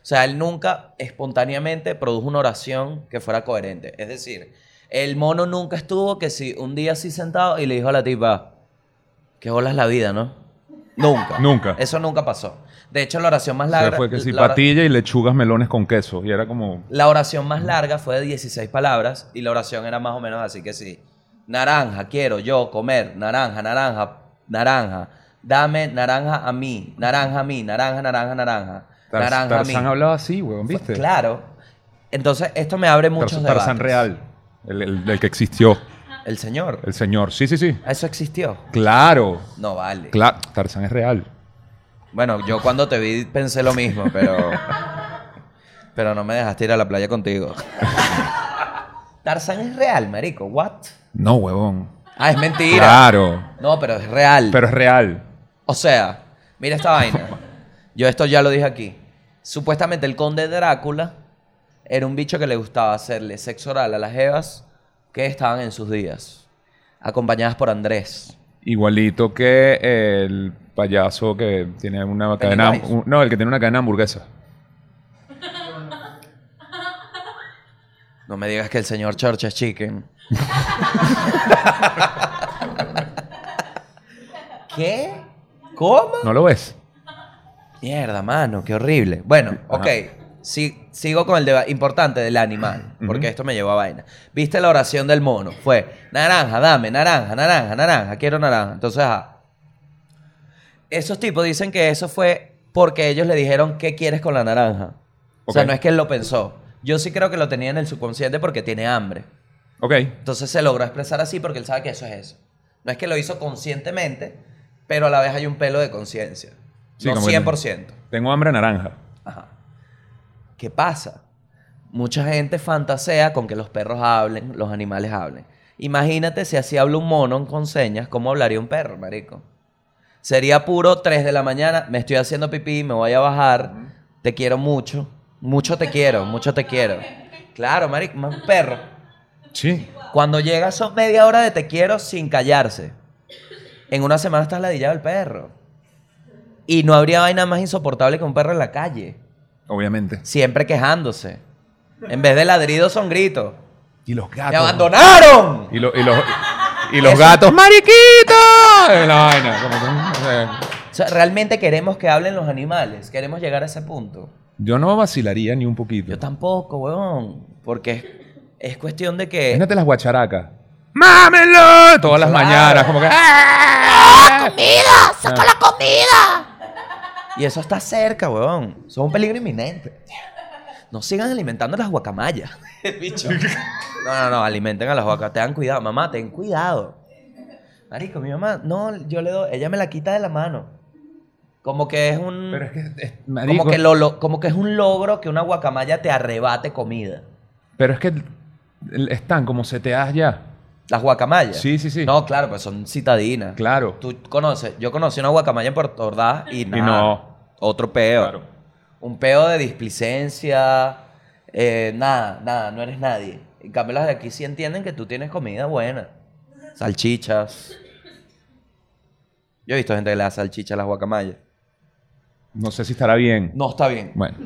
[SPEAKER 1] O sea, él nunca espontáneamente produjo una oración que fuera coherente. Es decir, el mono nunca estuvo que si un día así sentado y le dijo a la tipa, que olas la vida, ¿no? Nunca.
[SPEAKER 2] Nunca.
[SPEAKER 1] Eso nunca pasó. De hecho, la oración más
[SPEAKER 2] O sea,
[SPEAKER 1] larga...
[SPEAKER 2] fue que sí,
[SPEAKER 1] la ora-
[SPEAKER 2] patilla y lechugas, melones con queso. Y era como.
[SPEAKER 1] la oración más larga fue de 16 palabras y la oración era más o menos así que sí. Naranja, quiero yo comer, naranja, naranja, naranja. Dame naranja a mí, naranja a mí, naranja, naranja, naranja.
[SPEAKER 2] Tar-
[SPEAKER 1] naranja a mí.
[SPEAKER 2] Tarzán hablaba así, weón, ¿viste?
[SPEAKER 1] Claro. Entonces, esto me abre muchos
[SPEAKER 2] Tar-
[SPEAKER 1] debates.
[SPEAKER 2] Tarzán Real. El, el- el que existió.
[SPEAKER 1] El señor.
[SPEAKER 2] El señor. Sí, sí, sí.
[SPEAKER 1] Eso existió.
[SPEAKER 2] Claro.
[SPEAKER 1] No vale.
[SPEAKER 2] Claro. Tarzán es real.
[SPEAKER 1] Bueno, yo cuando te vi pensé lo mismo, pero. Pero no me dejaste ir a la playa
[SPEAKER 2] (laughs)
[SPEAKER 1] contigo. Tarzán es real, marico. What?
[SPEAKER 2] No, huevón.
[SPEAKER 1] Ah, es mentira.
[SPEAKER 2] Claro.
[SPEAKER 1] No, pero es real.
[SPEAKER 2] Pero es real.
[SPEAKER 1] O sea, mira esta vaina. Yo esto ya lo dije aquí. Supuestamente el conde Drácula era un bicho que le gustaba hacerle sexo oral a las evas que estaban en sus días, acompañadas por Andrés.
[SPEAKER 2] Igualito que el payaso que tiene una cadena.
[SPEAKER 1] Pennywise.
[SPEAKER 2] un- no, el que tiene una cadena de hamburguesas.
[SPEAKER 1] No me digas que el señor Church es chicken. (laughs) ¿Qué? ¿Cómo?
[SPEAKER 2] ¿No lo ves?
[SPEAKER 1] Mierda, mano, qué horrible. Bueno, ok. si- sigo con el debate importante del animal, porque esto me llevó a vaina. ¿Viste la oración del mono? Fue, naranja, dame, naranja, naranja, naranja, quiero naranja. Entonces, ajá. Esos tipos dicen que eso fue porque ellos le dijeron, ¿qué quieres con la naranja? O sea,
[SPEAKER 2] Ok.
[SPEAKER 1] no es que él lo pensó. Yo sí creo que lo tenía en el subconsciente porque tiene hambre.
[SPEAKER 2] Ok.
[SPEAKER 1] Entonces se logró expresar así porque él sabe que eso es eso. No es que lo hizo conscientemente, pero a la vez hay un pelo de conciencia.
[SPEAKER 2] Sí,
[SPEAKER 1] no
[SPEAKER 2] como que-
[SPEAKER 1] 100%.
[SPEAKER 2] Tengo hambre naranja.
[SPEAKER 1] Ajá. ¿Qué pasa? Mucha gente fantasea con que los perros hablen, los animales hablen. Imagínate si así habla un mono con señas, ¿cómo hablaría un perro, marico? Sería puro 3 de la mañana, me estoy haciendo pipí, me voy a bajar, te quiero mucho, mucho te quiero, mucho te quiero. Claro, marico, más un perro.
[SPEAKER 2] Sí.
[SPEAKER 1] Cuando llega son media hora de te quiero sin callarse. En una semana estás ladillado el perro. Y no habría vaina más insoportable que un perro en la calle
[SPEAKER 2] Obviamente.
[SPEAKER 1] siempre quejándose. En vez de ladridos son gritos.
[SPEAKER 2] Y los gatos.
[SPEAKER 1] ¡Me abandonaron!
[SPEAKER 2] Y, lo- y los, y los
[SPEAKER 1] Eso.
[SPEAKER 2] gatos. ¡Mariquito! Es la vaina. como que, o sea,
[SPEAKER 1] O sea, realmente queremos que hablen los animales. Queremos llegar a ese punto.
[SPEAKER 2] yo no vacilaría ni un poquito.
[SPEAKER 1] Yo tampoco, weón. Porque es, es cuestión de que.
[SPEAKER 2] Imagínate las guacharacas. ¡Mámelo! Todas las
[SPEAKER 1] Claro.
[SPEAKER 2] mañanas, como que.
[SPEAKER 3] ¡Ah, comida! ¡Saca la comida!
[SPEAKER 1] Y eso está cerca, weón. Son un peligro inminente. No sigan alimentando las guacamayas. (laughs) Bicho. No, no, no. Alimenten a las guacas. Tengan cuidado. Mamá, ten cuidado. Marico, mi mamá. No, yo le doy. Ella me la quita de la mano. Como que es un.
[SPEAKER 2] Pero es que, es- marico,
[SPEAKER 1] Como que, lo, lo- como que es un logro que una guacamaya te arrebate comida.
[SPEAKER 2] pero es que el- están como seteadas ya.
[SPEAKER 1] Las guacamayas.
[SPEAKER 2] Sí, sí, sí.
[SPEAKER 1] No, claro, pues son citadinas.
[SPEAKER 2] Claro.
[SPEAKER 1] Tú conoces, yo conocí una guacamaya en Puerto Ordaz y nada.
[SPEAKER 2] no.
[SPEAKER 1] Otro peo.
[SPEAKER 2] Claro.
[SPEAKER 1] Un peo de displicencia. eh, nada, nada, no eres nadie. En cambio, las de aquí sí entienden que tú tienes comida buena. Salchichas. Yo he visto gente que le da salchicha a las guacamayas.
[SPEAKER 2] No sé si estará bien.
[SPEAKER 1] No está bien.
[SPEAKER 2] Bueno.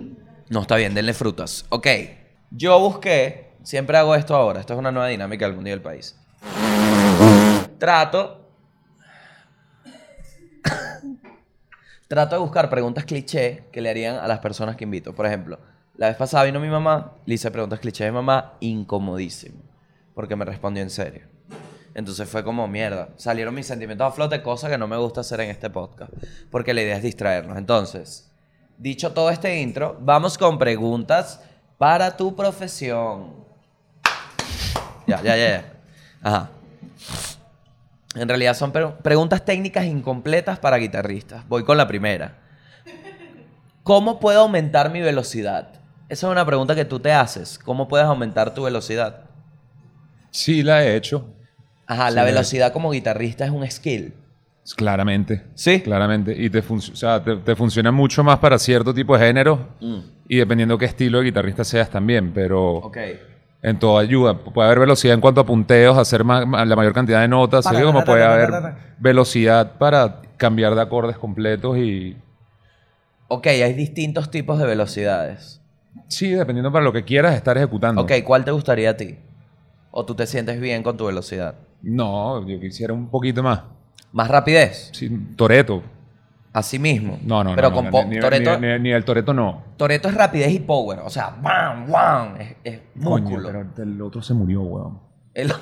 [SPEAKER 1] No, está bien, denle frutas. Ok. Yo busqué, siempre hago esto ahora, esto es una nueva dinámica algún día del país. Trato. Trato de buscar preguntas cliché que le harían a las personas que invito. Por ejemplo, la vez pasada vino mi mamá, le hice preguntas cliché de mamá, incomodísimo, porque me respondió en serio. Entonces fue como mierda. Salieron mis sentimientos a flote, cosa que no me gusta hacer en este podcast, porque la idea es distraernos. Entonces, dicho todo este intro, vamos con preguntas para tu profesión. Ya, ya, ya. ya. Ajá. En realidad son pre- preguntas técnicas incompletas para guitarristas. Voy con la primera. ¿Cómo puedo aumentar mi velocidad? Esa es una pregunta que tú te haces. ¿Cómo puedes aumentar tu velocidad?
[SPEAKER 2] Sí, la he hecho.
[SPEAKER 1] Ajá, la
[SPEAKER 2] Sí.
[SPEAKER 1] velocidad como guitarrista es un skill.
[SPEAKER 2] Claramente.
[SPEAKER 1] Sí.
[SPEAKER 2] Claramente. Y te, func- o sea, te, te funciona mucho más para cierto tipo de género. Y dependiendo qué estilo de guitarrista seas también. Pero
[SPEAKER 1] Mm. Ok.
[SPEAKER 2] en todo ayuda. Puede haber velocidad en cuanto a punteos, hacer ma- ma- la mayor cantidad de notas.
[SPEAKER 1] Para,
[SPEAKER 2] así como
[SPEAKER 1] para,
[SPEAKER 2] puede
[SPEAKER 1] para,
[SPEAKER 2] haber
[SPEAKER 1] para, para.
[SPEAKER 2] velocidad para cambiar de acordes completos y.
[SPEAKER 1] Ok, hay distintos tipos de velocidades.
[SPEAKER 2] Sí, dependiendo para lo que quieras estar ejecutando.
[SPEAKER 1] Ok, ¿cuál te gustaría a ti? ¿O tú te sientes bien con tu velocidad?
[SPEAKER 2] No, yo quisiera un poquito más.
[SPEAKER 1] ¿Más rapidez?
[SPEAKER 2] Sí, Toreto.
[SPEAKER 1] Así mismo.
[SPEAKER 2] No, no, no,
[SPEAKER 1] Pero
[SPEAKER 2] no.
[SPEAKER 1] con
[SPEAKER 2] no,
[SPEAKER 1] po-
[SPEAKER 2] ni, ni-
[SPEAKER 1] Toretto-
[SPEAKER 2] ni- ni- ni el Toreto no.
[SPEAKER 1] Toreto es rapidez y power. O sea, ¡bam! ¡guam! Es, es
[SPEAKER 2] Coño,
[SPEAKER 1] músculo.
[SPEAKER 2] pero el otro se murió, weón.
[SPEAKER 1] El-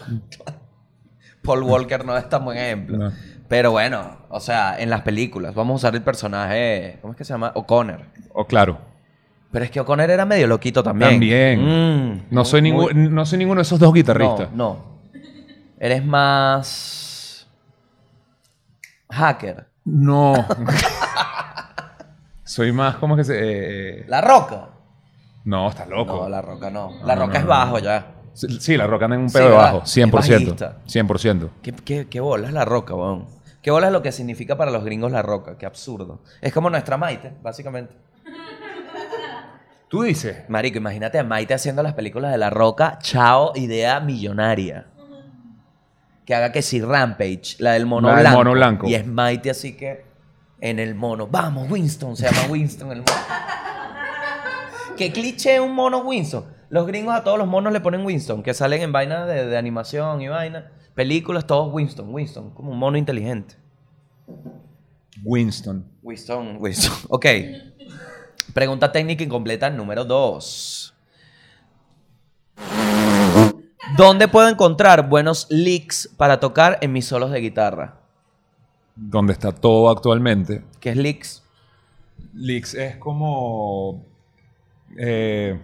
[SPEAKER 1] Paul Walker no es tan buen ejemplo.
[SPEAKER 2] No.
[SPEAKER 1] Pero bueno, o sea, en las películas. Vamos a usar el personaje. ¿Cómo es que se llama? O'Connor.
[SPEAKER 2] O Oh, claro.
[SPEAKER 1] Pero es que O'Connor era medio loquito también.
[SPEAKER 2] También.
[SPEAKER 1] Mm,
[SPEAKER 2] No, soy
[SPEAKER 1] muy-
[SPEAKER 2] ningún- no soy ninguno de esos dos guitarristas.
[SPEAKER 1] No, no. Eres más. hacker.
[SPEAKER 2] No.
[SPEAKER 1] (laughs)
[SPEAKER 2] soy más, ¿cómo es que se...? eh, eh,
[SPEAKER 1] La roca.
[SPEAKER 2] No, está loco.
[SPEAKER 1] No, la roca no.
[SPEAKER 2] No,
[SPEAKER 1] La
[SPEAKER 2] no,
[SPEAKER 1] roca
[SPEAKER 2] no,
[SPEAKER 1] es
[SPEAKER 2] no.
[SPEAKER 1] bajo ya.
[SPEAKER 2] Sí, sí, la roca anda en un
[SPEAKER 1] Sí,
[SPEAKER 2] pedo de
[SPEAKER 1] ¿verdad?
[SPEAKER 2] bajo.
[SPEAKER 1] Es
[SPEAKER 2] 100%.
[SPEAKER 1] bajista.
[SPEAKER 2] 100%.
[SPEAKER 1] ¿Qué, qué, qué bola es la roca, weón? ¿Qué bola es lo que significa para los gringos la roca? Qué absurdo. Es como nuestra Maite, básicamente.
[SPEAKER 2] Tú dices...
[SPEAKER 1] Marico, imagínate a Maite haciendo las películas de la roca. Chao, idea millonaria. Que haga que si Rampage, la del mono
[SPEAKER 2] La del
[SPEAKER 1] blanco.
[SPEAKER 2] mono blanco.
[SPEAKER 1] Y es Maite, así que en el mono. Vamos, Winston, se llama Winston el mono. Qué cliché un mono Winston. Los gringos a todos los monos le ponen Winston, que salen en vainas de, de animación y vainas. Películas, todos Winston, Winston, como un mono inteligente.
[SPEAKER 2] Winston.
[SPEAKER 1] Winston, Winston. (laughs) Ok. Pregunta técnica incompleta número 2. ¿Dónde puedo encontrar buenos licks para tocar en mis solos de guitarra?
[SPEAKER 2] Donde está todo actualmente.
[SPEAKER 1] ¿Qué es licks?
[SPEAKER 2] Leaks es como eh,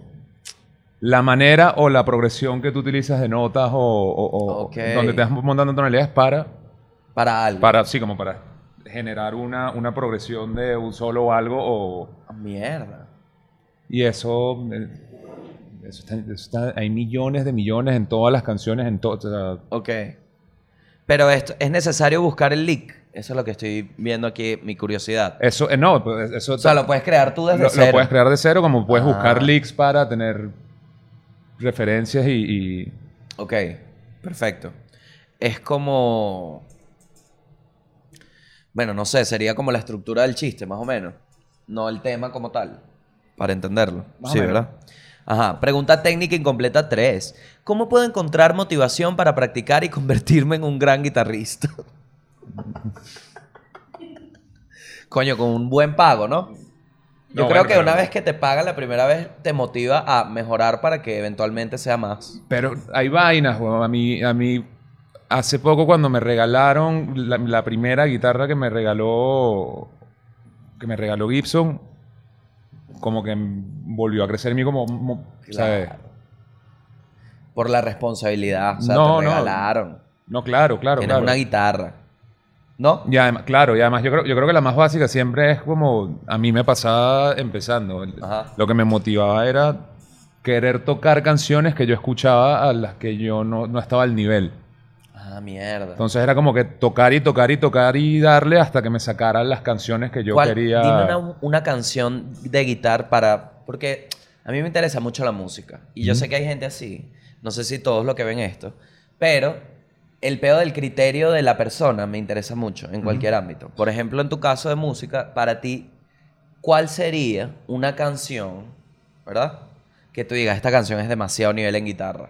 [SPEAKER 2] la manera o la progresión que tú utilizas de notas o, o- o
[SPEAKER 1] Ok.
[SPEAKER 2] donde te vas montando tonalidades para
[SPEAKER 1] para algo.
[SPEAKER 2] Para, sí, como para generar una, una progresión de un solo o algo. O,
[SPEAKER 1] Ah, Mierda.
[SPEAKER 2] y eso, eh, eso, está, eso está- hay millones de millones en todas las canciones, en todo. o sea,
[SPEAKER 1] Ok. Pero esto, es necesario buscar el leak. Eso es lo que estoy viendo aquí, mi curiosidad.
[SPEAKER 2] eso, eh, no, pues, eso
[SPEAKER 1] O sea, lo puedes crear tú
[SPEAKER 2] lo-
[SPEAKER 1] desde
[SPEAKER 2] lo
[SPEAKER 1] cero.
[SPEAKER 2] puedes crear de cero, como puedes
[SPEAKER 1] Ah.
[SPEAKER 2] buscar leaks para tener referencias y- y
[SPEAKER 1] Ok, perfecto. Es como... Bueno, no sé, sería como la estructura del chiste, más o menos. No el tema como tal, para entenderlo.
[SPEAKER 2] Más o
[SPEAKER 1] sí,
[SPEAKER 2] menos.
[SPEAKER 1] ¿verdad? Ajá, pregunta técnica incompleta 3. ¿Cómo puedo encontrar motivación para practicar y convertirme en un gran guitarrista? (laughs) Coño, con un buen pago, ¿no? Yo creo
[SPEAKER 2] No, bueno,
[SPEAKER 1] que
[SPEAKER 2] pero-
[SPEAKER 1] una vez que te pagan la primera vez te motiva a mejorar para que eventualmente sea más.
[SPEAKER 2] Pero hay vainas, weón. A mí, a mí, hace poco cuando me regalaron la, la primera guitarra que me regaló, que me regaló Gibson, como que volvió a crecer en mí como, mo- ¿sabes?
[SPEAKER 1] Claro. Por la responsabilidad. O sea,
[SPEAKER 2] No,
[SPEAKER 1] te
[SPEAKER 2] no.
[SPEAKER 1] regalaron.
[SPEAKER 2] No, claro, claro,
[SPEAKER 1] Tienes
[SPEAKER 2] claro. Mm.
[SPEAKER 1] una guitarra. ¿No?
[SPEAKER 2] Y además, claro, y además yo creo, yo creo que la más básica siempre es como a mí me pasaba empezando. El-
[SPEAKER 1] Ajá.
[SPEAKER 2] Lo que me motivaba era querer tocar canciones que yo escuchaba a las que yo no, no estaba al nivel.
[SPEAKER 1] Ah, mierda.
[SPEAKER 2] Entonces era como que tocar y tocar y tocar y darle hasta que me sacaran las canciones que yo
[SPEAKER 1] ¿Cuál-
[SPEAKER 2] quería.
[SPEAKER 1] Dime una, una canción de guitarra para... Porque a mí me interesa mucho la música. Y yo sé que hay gente así. No sé si todos los que ven esto. Pero el peo del criterio de la persona me interesa mucho en cualquier ámbito. Por ejemplo, en tu caso de música, para ti, ¿cuál sería una canción, verdad? Que tú digas, esta canción es demasiado nivel en guitarra.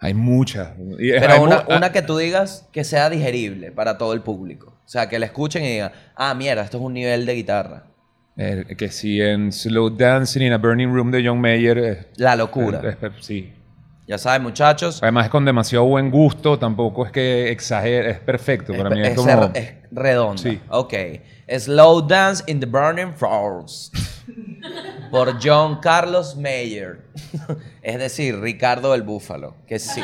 [SPEAKER 2] Hay muchas. Y es- hay
[SPEAKER 1] Pero
[SPEAKER 2] mu-
[SPEAKER 1] una,
[SPEAKER 2] ah,
[SPEAKER 1] una que tú digas que sea digerible para todo el público. O sea, que la escuchen y digan, ah, mierda, esto es un nivel de guitarra.
[SPEAKER 2] eh, que si en Slow Dancing in a Burning Room de John Mayer. es-
[SPEAKER 1] La locura.
[SPEAKER 2] es- es- sí.
[SPEAKER 1] Ya saben, muchachos.
[SPEAKER 2] Además es con demasiado buen gusto, tampoco es que exagere, es perfecto. Para mí es,
[SPEAKER 1] es,
[SPEAKER 2] como.
[SPEAKER 1] er- es redonda.
[SPEAKER 2] Sí.
[SPEAKER 1] Ok. Slow Dance in the Burning Forest. Por John Carlos Mayer. (laughs) es decir, Ricardo el Búfalo. Que sí.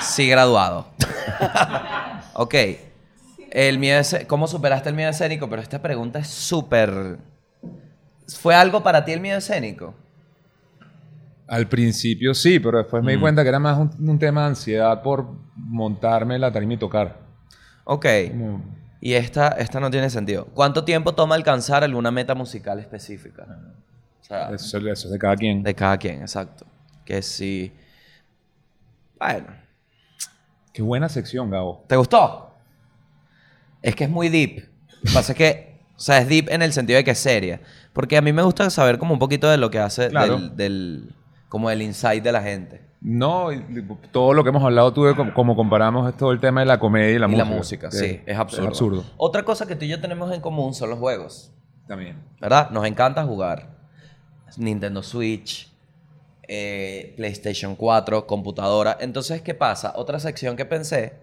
[SPEAKER 1] sí, graduado. (laughs) ok. El miedo escé- ¿Cómo superaste el miedo escénico? Pero esta pregunta es súper. ¿Fue algo para ti el miedo escénico?
[SPEAKER 2] Al principio sí, pero después
[SPEAKER 1] Mm.
[SPEAKER 2] me di cuenta que era más un, un tema de ansiedad por montarme en la tarima y tocar.
[SPEAKER 1] Ok.
[SPEAKER 2] Como-
[SPEAKER 1] Y esta, esta no tiene sentido. ¿Cuánto tiempo toma alcanzar alguna meta musical específica? O sea,
[SPEAKER 2] eso, eso es de cada quien.
[SPEAKER 1] de cada quien, exacto. Que si... Bueno,
[SPEAKER 2] Qué buena sección, Gabo.
[SPEAKER 1] ¿te gustó? Es que es muy deep. Lo que pasa es que, o sea, es deep en el sentido de que es seria. Porque a mí me gusta saber como un poquito de lo que hace
[SPEAKER 2] Claro.
[SPEAKER 1] del, del- como del insight de la gente.
[SPEAKER 2] No, y- y todo lo que hemos hablado tú, de com- como comparamos es todo el tema de la comedia y la
[SPEAKER 1] y
[SPEAKER 2] música.
[SPEAKER 1] la música,
[SPEAKER 2] que
[SPEAKER 1] sí, es absurdo.
[SPEAKER 2] absurdo.
[SPEAKER 1] Otra cosa que tú y yo tenemos en común son los juegos.
[SPEAKER 2] También.
[SPEAKER 1] ¿verdad? Nos encanta jugar. Nintendo Switch, eh, PlayStation 4, computadora. Entonces, ¿qué pasa? Otra sección que pensé,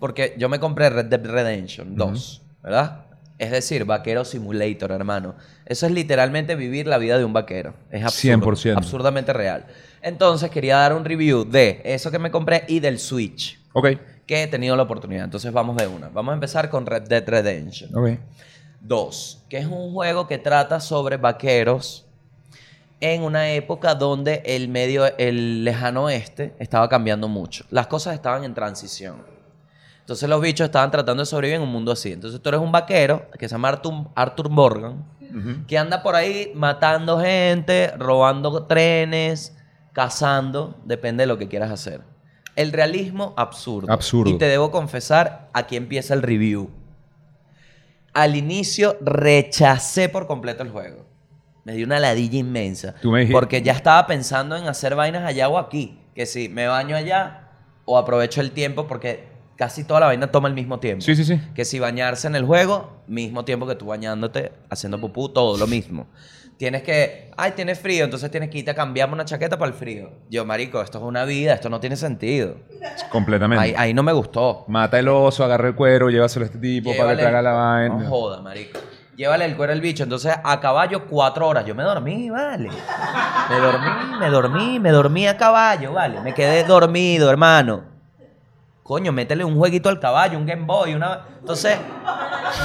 [SPEAKER 1] porque yo me compré Red Dead Redemption 2, ¿verdad? Es decir, vaquero simulator, hermano. Eso es literalmente vivir la vida de un vaquero. Es absurdo,
[SPEAKER 2] 100%.
[SPEAKER 1] absurdamente real. Entonces, quería dar un review de eso que me compré y del Switch,
[SPEAKER 2] Ok,
[SPEAKER 1] que he tenido la oportunidad. Entonces, vamos de una. Vamos a empezar con Red Dead Redemption.
[SPEAKER 2] ok.
[SPEAKER 1] 2, que es un juego que trata sobre vaqueros en una época donde el medio, el lejano oeste estaba cambiando mucho. Las cosas estaban en transición. Entonces los bichos estaban tratando de sobrevivir en un mundo así. Entonces tú eres un vaquero que se llama Arthur, Arthur Morgan, que anda por ahí matando gente, robando trenes, cazando, depende de lo que quieras hacer. El realismo absurdo.
[SPEAKER 2] Absurdo.
[SPEAKER 1] Y te debo confesar, aquí empieza el review. Al inicio rechacé por completo el juego. Me dio una ladilla inmensa.
[SPEAKER 2] Tú me dijiste-
[SPEAKER 1] Porque ya estaba pensando en hacer vainas allá o aquí. Que si me baño allá o aprovecho el tiempo porque casi toda la vaina toma el mismo tiempo.
[SPEAKER 2] Sí, sí, sí.
[SPEAKER 1] Que si bañarse en el juego, mismo tiempo que tú bañándote, haciendo pupú, todo lo mismo. Tienes que, ay, tienes frío, entonces tienes que irte a cambiarme una chaqueta para el frío. Yo, marico, esto es una vida, esto no tiene sentido.
[SPEAKER 2] Completamente.
[SPEAKER 1] Ahí, ahí no me gustó.
[SPEAKER 2] Mata el oso, agarra el cuero, llévaselo a este tipo para que
[SPEAKER 1] Llévale
[SPEAKER 2] te haga
[SPEAKER 1] el-
[SPEAKER 2] la vaina.
[SPEAKER 1] No joda, marico. Llévale el cuero al bicho. Entonces, a caballo, cuatro horas. Yo me dormí, vale. Me dormí, me dormí, me dormí a caballo, vale. Me quedé dormido, hermano. Coño, métele un jueguito al caballo, un Game Boy, una. Entonces,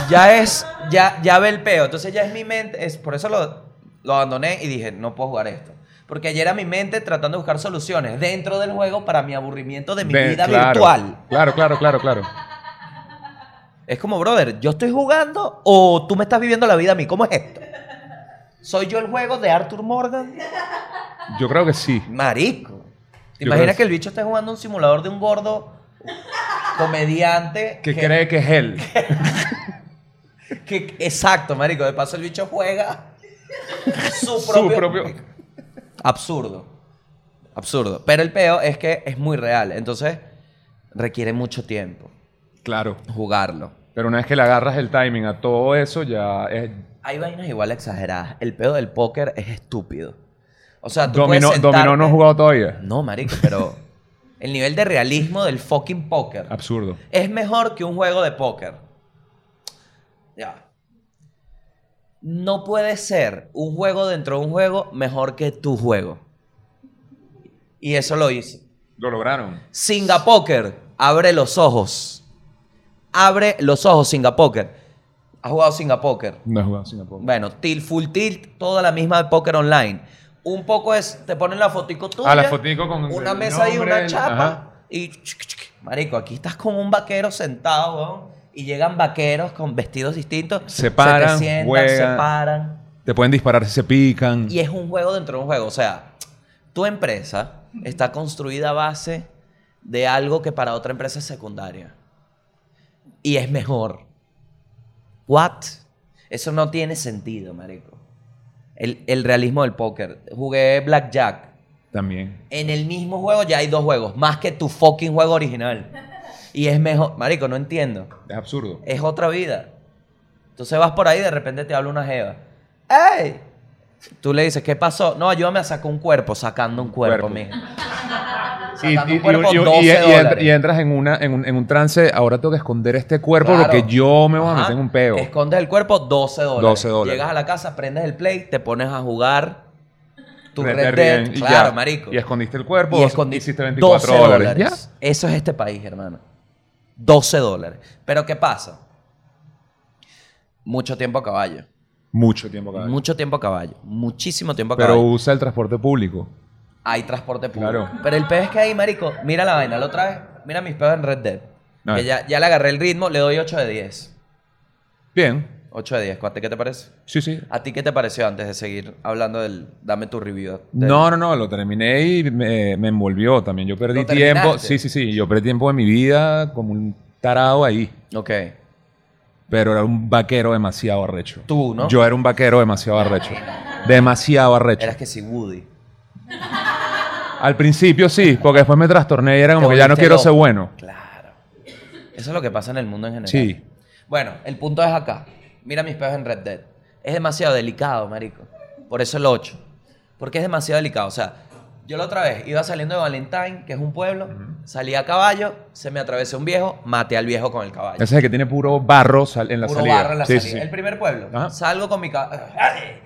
[SPEAKER 1] ya es. Ya, ya ve el peo. Entonces, ya es mi mente. Es, por eso lo, lo abandoné y dije, no puedo jugar esto. Porque ayer era mi mente tratando de buscar soluciones dentro del juego para mi aburrimiento de mi
[SPEAKER 2] Ve,
[SPEAKER 1] vida
[SPEAKER 2] claro,
[SPEAKER 1] virtual.
[SPEAKER 2] Claro, claro, claro, claro.
[SPEAKER 1] Es como, brother, yo estoy jugando o tú me estás viviendo la vida a mí. ¿Cómo es esto? ¿Soy yo el juego de Arthur Morgan?
[SPEAKER 2] Yo creo que sí.
[SPEAKER 1] Marico. ¿Te
[SPEAKER 2] Yo
[SPEAKER 1] imaginas
[SPEAKER 2] creo-
[SPEAKER 1] que el bicho esté jugando un simulador de un gordo comediante?
[SPEAKER 2] Que cree que
[SPEAKER 1] (laughs)
[SPEAKER 2] es él.
[SPEAKER 1] que- exacto, marico. De paso, el bicho
[SPEAKER 2] (laughs)
[SPEAKER 1] juega su
[SPEAKER 2] Su
[SPEAKER 1] propio...
[SPEAKER 2] propio.
[SPEAKER 1] Absurdo. Absurdo. Pero el peo es que es muy real. Entonces, requiere mucho tiempo
[SPEAKER 2] Claro.
[SPEAKER 1] jugarlo.
[SPEAKER 2] Pero una vez que le agarras el timing a todo eso,
[SPEAKER 1] Ah,
[SPEAKER 2] ya es
[SPEAKER 1] Hay vainas igual exageradas. El pedo del póker es estúpido. O sea, tú
[SPEAKER 2] Dominó,
[SPEAKER 1] puedes
[SPEAKER 2] dominó no ha
[SPEAKER 1] sentarte-
[SPEAKER 2] jugado todavía.
[SPEAKER 1] No, marico, pero el nivel de realismo del fucking póker
[SPEAKER 2] Absurdo.
[SPEAKER 1] es mejor que un juego de póker. Ya. No puede ser un juego dentro de un juego mejor que tu juego. Y eso lo hice.
[SPEAKER 2] Lo lograron.
[SPEAKER 1] Singapóker, abre los ojos. Abre los ojos, Singapóker. ¿Has jugado Singapóker?
[SPEAKER 2] No ha jugado Singapur.
[SPEAKER 1] Bueno, tilt, full tilt, toda la misma de póker online. Un poco es, te ponen la fotico tuya.
[SPEAKER 2] Ah, la fotico con
[SPEAKER 1] Una
[SPEAKER 2] el
[SPEAKER 1] mesa y
[SPEAKER 2] nombre,
[SPEAKER 1] una
[SPEAKER 2] el-
[SPEAKER 1] chapa.
[SPEAKER 2] ajá.
[SPEAKER 1] Y chuc, chuc. marico, aquí estás con un vaquero sentado, weón, Y llegan vaqueros con vestidos distintos.
[SPEAKER 2] Se paran,
[SPEAKER 1] te sientan,
[SPEAKER 2] juegan.
[SPEAKER 1] se paran.
[SPEAKER 2] Te pueden disparar si se pican.
[SPEAKER 1] Y es un juego dentro de un juego. O sea, tu empresa está construida a base de algo que para otra empresa es secundaria. Y es mejor. What? Eso no tiene sentido, marico. El, el realismo del póker. Jugué Blackjack.
[SPEAKER 2] También.
[SPEAKER 1] En el mismo juego ya hay dos juegos. Más que tu fucking juego original. Y es mejor. Marico, no entiendo.
[SPEAKER 2] Es absurdo.
[SPEAKER 1] Es otra vida. Entonces vas por ahí y de repente te habla una jeva. ¡Ey! Tú le dices, ¿qué pasó? No, ayúdame a sacar un cuerpo. Sacando un cuerpo,
[SPEAKER 2] Cuerpo.
[SPEAKER 1] mijo.
[SPEAKER 2] Y,
[SPEAKER 1] Sacando
[SPEAKER 2] y-
[SPEAKER 1] un cuerpo,
[SPEAKER 2] y- y-
[SPEAKER 1] 12
[SPEAKER 2] y- y entra-
[SPEAKER 1] dólares.
[SPEAKER 2] y entras en, una, en, un, en un trance. Ahora tengo que esconder este cuerpo
[SPEAKER 1] Claro.
[SPEAKER 2] porque yo me voy a
[SPEAKER 1] Ajá.
[SPEAKER 2] meter en un peo.
[SPEAKER 1] Escondes el cuerpo, 12 dólares.
[SPEAKER 2] 12 dólares.
[SPEAKER 1] Llegas a la casa, prendes el play, te pones a jugar tu
[SPEAKER 2] Red
[SPEAKER 1] Red,
[SPEAKER 2] Dead
[SPEAKER 1] Dead.
[SPEAKER 2] Redemption, y
[SPEAKER 1] Claro,
[SPEAKER 2] ya.
[SPEAKER 1] marico.
[SPEAKER 2] Y escondiste el cuerpo.
[SPEAKER 1] y
[SPEAKER 2] dos-
[SPEAKER 1] escondí
[SPEAKER 2] Hiciste 24
[SPEAKER 1] 12
[SPEAKER 2] dólares. Ya.
[SPEAKER 1] Eso es este país, hermano. 12 dólares. Pero ¿qué pasa? Mucho tiempo a caballo.
[SPEAKER 2] Mucho tiempo cada vez.
[SPEAKER 1] Mucho tiempo a caballo. Muchísimo tiempo a
[SPEAKER 2] Pero
[SPEAKER 1] caballo.
[SPEAKER 2] usa el transporte público.
[SPEAKER 1] Hay transporte público.
[SPEAKER 2] Claro.
[SPEAKER 1] Pero el pez es que hay, marico. Mira la vaina. La otra vez, mira mis pedos en Red Dead.
[SPEAKER 2] A
[SPEAKER 1] Que
[SPEAKER 2] ver.
[SPEAKER 1] ya, ya le agarré el ritmo, le doy 8 de 10.
[SPEAKER 2] Bien.
[SPEAKER 1] 8 de 10, cuate, ¿qué te parece?
[SPEAKER 2] Sí, sí.
[SPEAKER 1] ¿A ti qué te pareció antes de seguir hablando del... Dame tu review. del-
[SPEAKER 2] No, no, no, lo terminé y me, me envolvió también. Yo perdí
[SPEAKER 1] ¿Lo
[SPEAKER 2] tiempo.
[SPEAKER 1] terminaste?
[SPEAKER 2] Sí, sí, sí. Yo perdí tiempo de mi vida como un tarado ahí.
[SPEAKER 1] Ok.
[SPEAKER 2] Pero era un vaquero demasiado arrecho.
[SPEAKER 1] Tú, ¿no?
[SPEAKER 2] Yo era un vaquero
[SPEAKER 1] (laughs)
[SPEAKER 2] demasiado arrecho. Demasiado arrecho.
[SPEAKER 1] Eras que si Woody.
[SPEAKER 2] Al principio sí, porque después me trastorné y era como
[SPEAKER 1] Te
[SPEAKER 2] que ya no
[SPEAKER 1] volviste
[SPEAKER 2] quiero ser
[SPEAKER 1] loco.
[SPEAKER 2] bueno.
[SPEAKER 1] Claro. Eso es lo que pasa en el mundo en general.
[SPEAKER 2] Sí.
[SPEAKER 1] Bueno, el punto es acá. Mira mis peos en Red Dead. Es demasiado delicado, marico. Por eso el 8. Porque es demasiado delicado. O sea, yo la otra vez iba saliendo de Valentine, que es un pueblo, salí a caballo, se me atravesó un viejo, maté al viejo con el caballo.
[SPEAKER 2] Ese es el que tiene puro barro sal- en la
[SPEAKER 1] Puro
[SPEAKER 2] salida.
[SPEAKER 1] barro en la
[SPEAKER 2] Sí, sí,
[SPEAKER 1] salida.
[SPEAKER 2] sí.
[SPEAKER 1] El primer pueblo.
[SPEAKER 2] Ajá.
[SPEAKER 1] Salgo con mi caballo. (laughs)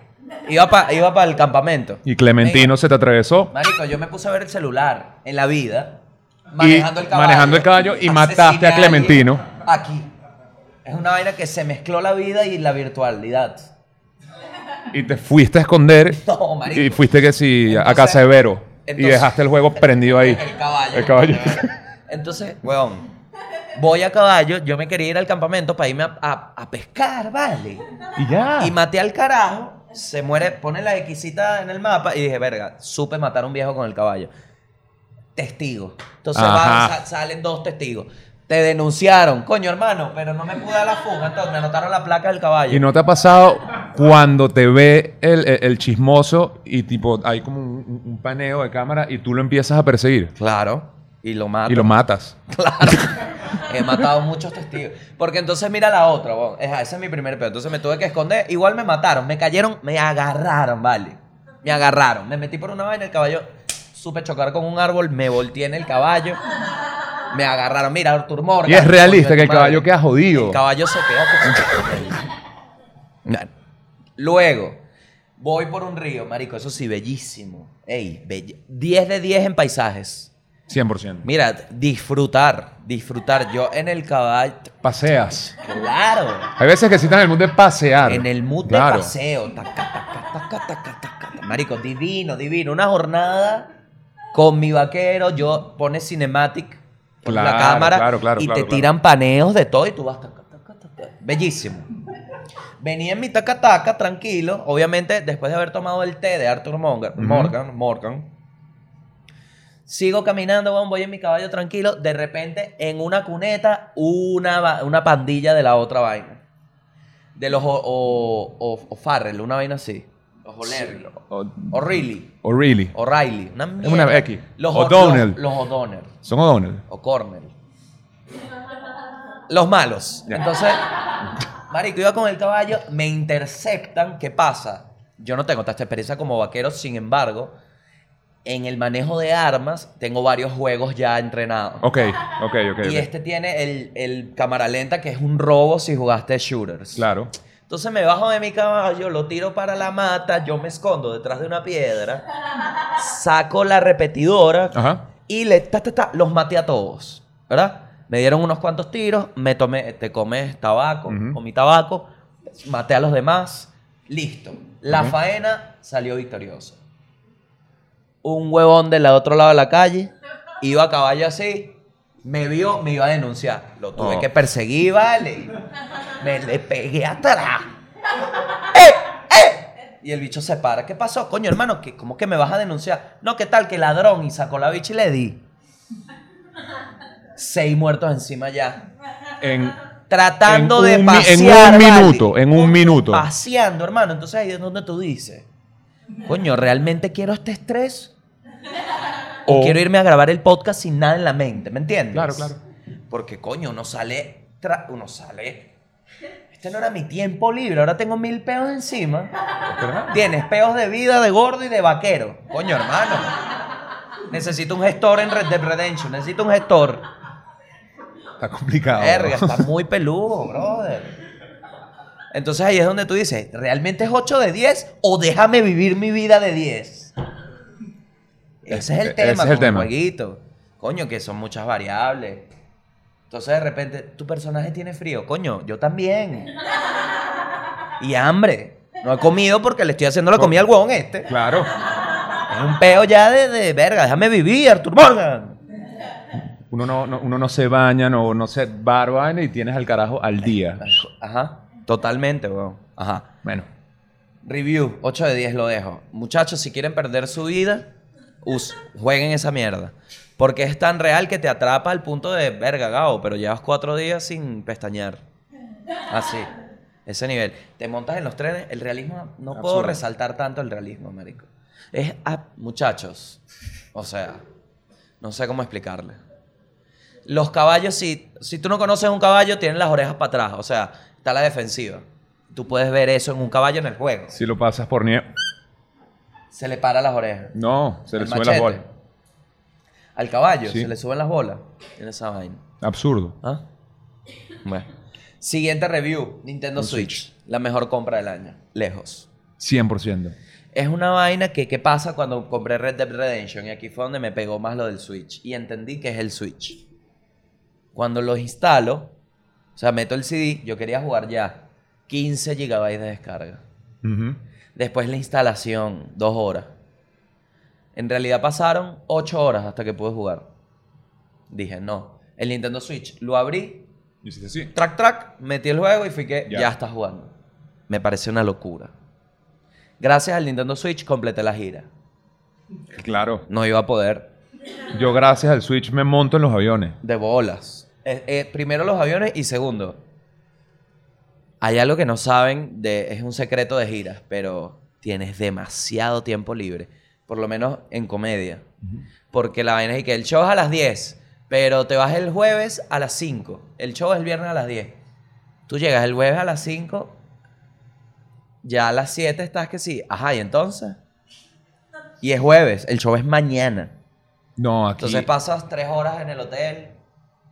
[SPEAKER 1] Iba para iba pa el campamento.
[SPEAKER 2] Y Clementino se te atravesó.
[SPEAKER 1] Marico, yo me puse a ver el celular en la vida,
[SPEAKER 2] Y
[SPEAKER 1] manejando el caballo.
[SPEAKER 2] manejando el caballo y
[SPEAKER 1] Asesiné
[SPEAKER 2] mataste a
[SPEAKER 1] alguien
[SPEAKER 2] Clementino.
[SPEAKER 1] Aquí. Es una vaina que se mezcló la vida y la virtualidad. (laughs)
[SPEAKER 2] Y te fuiste a esconder.
[SPEAKER 1] No, marico.
[SPEAKER 2] Y fuiste que sí, a
[SPEAKER 1] Entonces-
[SPEAKER 2] casa de Vero. y
[SPEAKER 1] entonces-
[SPEAKER 2] dejaste el juego prendido ahí.
[SPEAKER 1] El caballo.
[SPEAKER 2] El caballo.
[SPEAKER 1] Entonces, weón, voy a caballo, yo me quería ir al campamento para irme a, a- a pescar, vale.
[SPEAKER 2] y ya.
[SPEAKER 1] Y maté al carajo, se muere, pone la Xcita en el mapa y dije, verga, supe matar a un viejo con el caballo. Testigo. Entonces
[SPEAKER 2] Ajá.
[SPEAKER 1] van, sa- salen dos testigos. Te denunciaron, coño hermano, pero no me pude dar la fuga, entonces me anotaron la placa del caballo.
[SPEAKER 2] ¿Y no te ha pasado cuando te ve el, el- el chismoso y tipo hay como un, un- un paneo de cámara y tú lo empiezas a perseguir
[SPEAKER 1] Claro, y lo mato.
[SPEAKER 2] y lo matas?
[SPEAKER 1] (laughs) Claro. He matado muchos testigos. Porque entonces mira la otra, weón. Esa ese es mi primer pedo. Entonces me tuve que esconder. Igual me mataron, me cayeron, me agarraron, vale. Me agarraron. Me metí por una vaina, el caballo supe chocar con un árbol, me volteé en el caballo. Me agarraron. Mira, Arthur Morgan.
[SPEAKER 2] Y es realista
[SPEAKER 1] coño de
[SPEAKER 2] que el
[SPEAKER 1] tu madre.
[SPEAKER 2] caballo queda jodido.
[SPEAKER 1] El caballo se quedó. Nah. Luego, voy por un río, marico. Eso sí, bellísimo. Ey, bell- 10 de 10 en paisajes.
[SPEAKER 2] 100%.
[SPEAKER 1] Mira, disfrutar, disfrutar. Yo en el caballo,
[SPEAKER 2] Paseas.
[SPEAKER 1] claro,
[SPEAKER 2] Hay veces que sí estás en el mood de pasear.
[SPEAKER 1] en el mood
[SPEAKER 2] Claro.
[SPEAKER 1] de paseo. taca, taca, taca, taca, taca. Marico, divino, divino. Una jornada con mi vaquero, yo pone cinematic con la
[SPEAKER 2] Claro,
[SPEAKER 1] cámara
[SPEAKER 2] claro, claro,
[SPEAKER 1] y
[SPEAKER 2] claro,
[SPEAKER 1] te
[SPEAKER 2] claro.
[SPEAKER 1] tiran paneos de todo y tú vas. taca, taca, taca. Bellísimo. Venía en mi taca taca, tranquilo. Obviamente, después de haber tomado el té de Arthur Morgan,
[SPEAKER 2] Ujú.
[SPEAKER 1] Morgan, Morgan, Sigo caminando, weón, voy en mi caballo tranquilo. De repente, en una cuneta, una, va- una pandilla de la otra vaina. De los o, o, o- o Farrell, una vaina así. Los O'Leary.
[SPEAKER 2] O,
[SPEAKER 1] O'Reilly.
[SPEAKER 2] o really.
[SPEAKER 1] O'Reilly. Una mierda.
[SPEAKER 2] una X.
[SPEAKER 1] Los
[SPEAKER 2] O'Donnell.
[SPEAKER 1] O'Donnell. Los, los O'Donnell.
[SPEAKER 2] Son O'Donnell.
[SPEAKER 1] O Cornell. Los malos.
[SPEAKER 2] Ya.
[SPEAKER 1] Entonces, marico, iba con el caballo, me interceptan, ¿qué pasa? Yo no tengo tanta experiencia como vaquero, sin embargo, en el manejo de armas tengo varios juegos ya entrenados.
[SPEAKER 2] Ok, ok, ok. ok.
[SPEAKER 1] Y este tiene el, el cámara lenta, que es un robo si jugaste shooters.
[SPEAKER 2] Claro.
[SPEAKER 1] Entonces me bajo de mi caballo, lo tiro para la mata, yo me escondo detrás de una piedra, saco la repetidora,
[SPEAKER 2] Ajá.
[SPEAKER 1] y le, ta, ta, ta, los maté a todos, ¿verdad? Me dieron unos cuantos tiros, me tomé, te comes tabaco,
[SPEAKER 2] Ujú.
[SPEAKER 1] comí tabaco, maté a los demás, listo. La
[SPEAKER 2] Ujú.
[SPEAKER 1] faena salió victoriosa. Un huevón del otro lado de la calle, iba a caballo así, me vio, me iba a denunciar. Lo tuve
[SPEAKER 2] Oh.
[SPEAKER 1] que perseguir, vale. Me le pegué hasta la... ¡Eh! ¡Eh! Y el bicho se para. ¿Qué pasó, coño, hermano? ¿Qué, ¿Cómo que me vas a denunciar? No, ¿qué tal? Que ladrón. Y sacó la bicha y le di. Seis muertos encima ya.
[SPEAKER 2] En,
[SPEAKER 1] Tratando de
[SPEAKER 2] En un mi- en
[SPEAKER 1] pasear.
[SPEAKER 2] un
[SPEAKER 1] vale.
[SPEAKER 2] minuto, en un minuto.
[SPEAKER 1] Paseando, hermano. Entonces ahí es donde tú dices, coño, ¿realmente quiero este estrés? O
[SPEAKER 2] O-
[SPEAKER 1] quiero irme a grabar el podcast sin nada en la mente, ¿me entiendes?
[SPEAKER 2] Claro, claro.
[SPEAKER 1] Porque, coño, uno sale, tra- uno sale. Este no era mi tiempo libre, ahora tengo mil peos encima.
[SPEAKER 2] ¿verdad?
[SPEAKER 1] Tienes peos de vida, de gordo y de vaquero. Coño, hermano. Necesito un gestor en Red Dead Redemption. Necesito un gestor.
[SPEAKER 2] Está complicado.
[SPEAKER 1] Verga,
[SPEAKER 2] bro.
[SPEAKER 1] está muy peludo, brother. Entonces ahí es donde tú dices, ¿realmente es 8 de 10 o déjame vivir mi vida de 10? Ese es
[SPEAKER 2] Ese
[SPEAKER 1] el tema
[SPEAKER 2] es el
[SPEAKER 1] con el
[SPEAKER 2] tema.
[SPEAKER 1] jueguito. Coño, que son muchas variables. Entonces de repente, tu personaje tiene frío. Coño, yo también. Y hambre. No he comido porque le estoy haciendo la comida al huevón este.
[SPEAKER 2] (laughs) Claro.
[SPEAKER 1] Es un peo ya de, de verga, déjame vivir, Arthur Morgan.
[SPEAKER 2] Uno no, no- uno no se baña, no, no se barba y tienes al carajo al día.
[SPEAKER 1] Ajá, totalmente, weón. Ajá.
[SPEAKER 2] Bueno.
[SPEAKER 1] Review, 8 de 10 lo dejo. Muchachos, si quieren perder su vida, us- jueguen esa mierda. Porque es tan real que te atrapa al punto de, verga, Gao, pero llevas cuatro días sin pestañear. Así, ese nivel. Te montas en los trenes, el realismo, no puedo
[SPEAKER 2] Absurdo.
[SPEAKER 1] resaltar tanto el realismo, marico. Es, a- muchachos, o sea, no sé cómo explicarle. Los caballos, si, si tú no conoces un caballo, tienen las orejas para atrás, o sea, está la defensiva. Tú puedes ver eso en un caballo en el juego.
[SPEAKER 2] Si lo pasas por nieve.
[SPEAKER 1] Se le para las orejas.
[SPEAKER 2] No, se le
[SPEAKER 1] El
[SPEAKER 2] suben las
[SPEAKER 1] machete.
[SPEAKER 2] bolas.
[SPEAKER 1] Al caballo,
[SPEAKER 2] Sí.
[SPEAKER 1] se le suben las bolas. Tiene esa vaina.
[SPEAKER 2] Absurdo.
[SPEAKER 1] ¿Ah? Bueno. Siguiente review: Nintendo
[SPEAKER 2] Un
[SPEAKER 1] Switch. La mejor compra del año. Lejos.
[SPEAKER 2] 100%.
[SPEAKER 1] Es una vaina que, ¿qué pasa cuando compré Red Dead Redemption? Y aquí fue donde me pegó más lo del Switch. Y entendí que es el Switch. Cuando los instalo, o sea, meto el CD, yo quería jugar ya 15 GB de descarga.
[SPEAKER 2] Ujú.
[SPEAKER 1] Después la instalación, dos horas. En realidad pasaron ocho horas hasta que pude jugar. Dije, no. El Nintendo Switch lo abrí,
[SPEAKER 2] Y Hiciste así.
[SPEAKER 1] track, track, metí el juego y fui que
[SPEAKER 2] Ya.
[SPEAKER 1] ya, está jugando. Me parece una locura. Gracias al Nintendo Switch completé la gira.
[SPEAKER 2] Claro.
[SPEAKER 1] No iba a poder
[SPEAKER 2] Yo gracias al Switch me monto en los aviones.
[SPEAKER 1] de bolas. Eh, eh, primero los aviones y segundo. Hay algo que no saben, de, es un secreto de giras, pero tienes demasiado tiempo libre, por lo menos en comedia. Porque la vaina es que el show es a las 10, pero te vas el jueves a las 5. El show es el viernes a las 10. Tú llegas el jueves a las 5, ya a las 7 estás que sí. Ajá, y entonces. Y es jueves, el show es mañana.
[SPEAKER 2] No, aquí.
[SPEAKER 1] Entonces pasas tres horas en el hotel,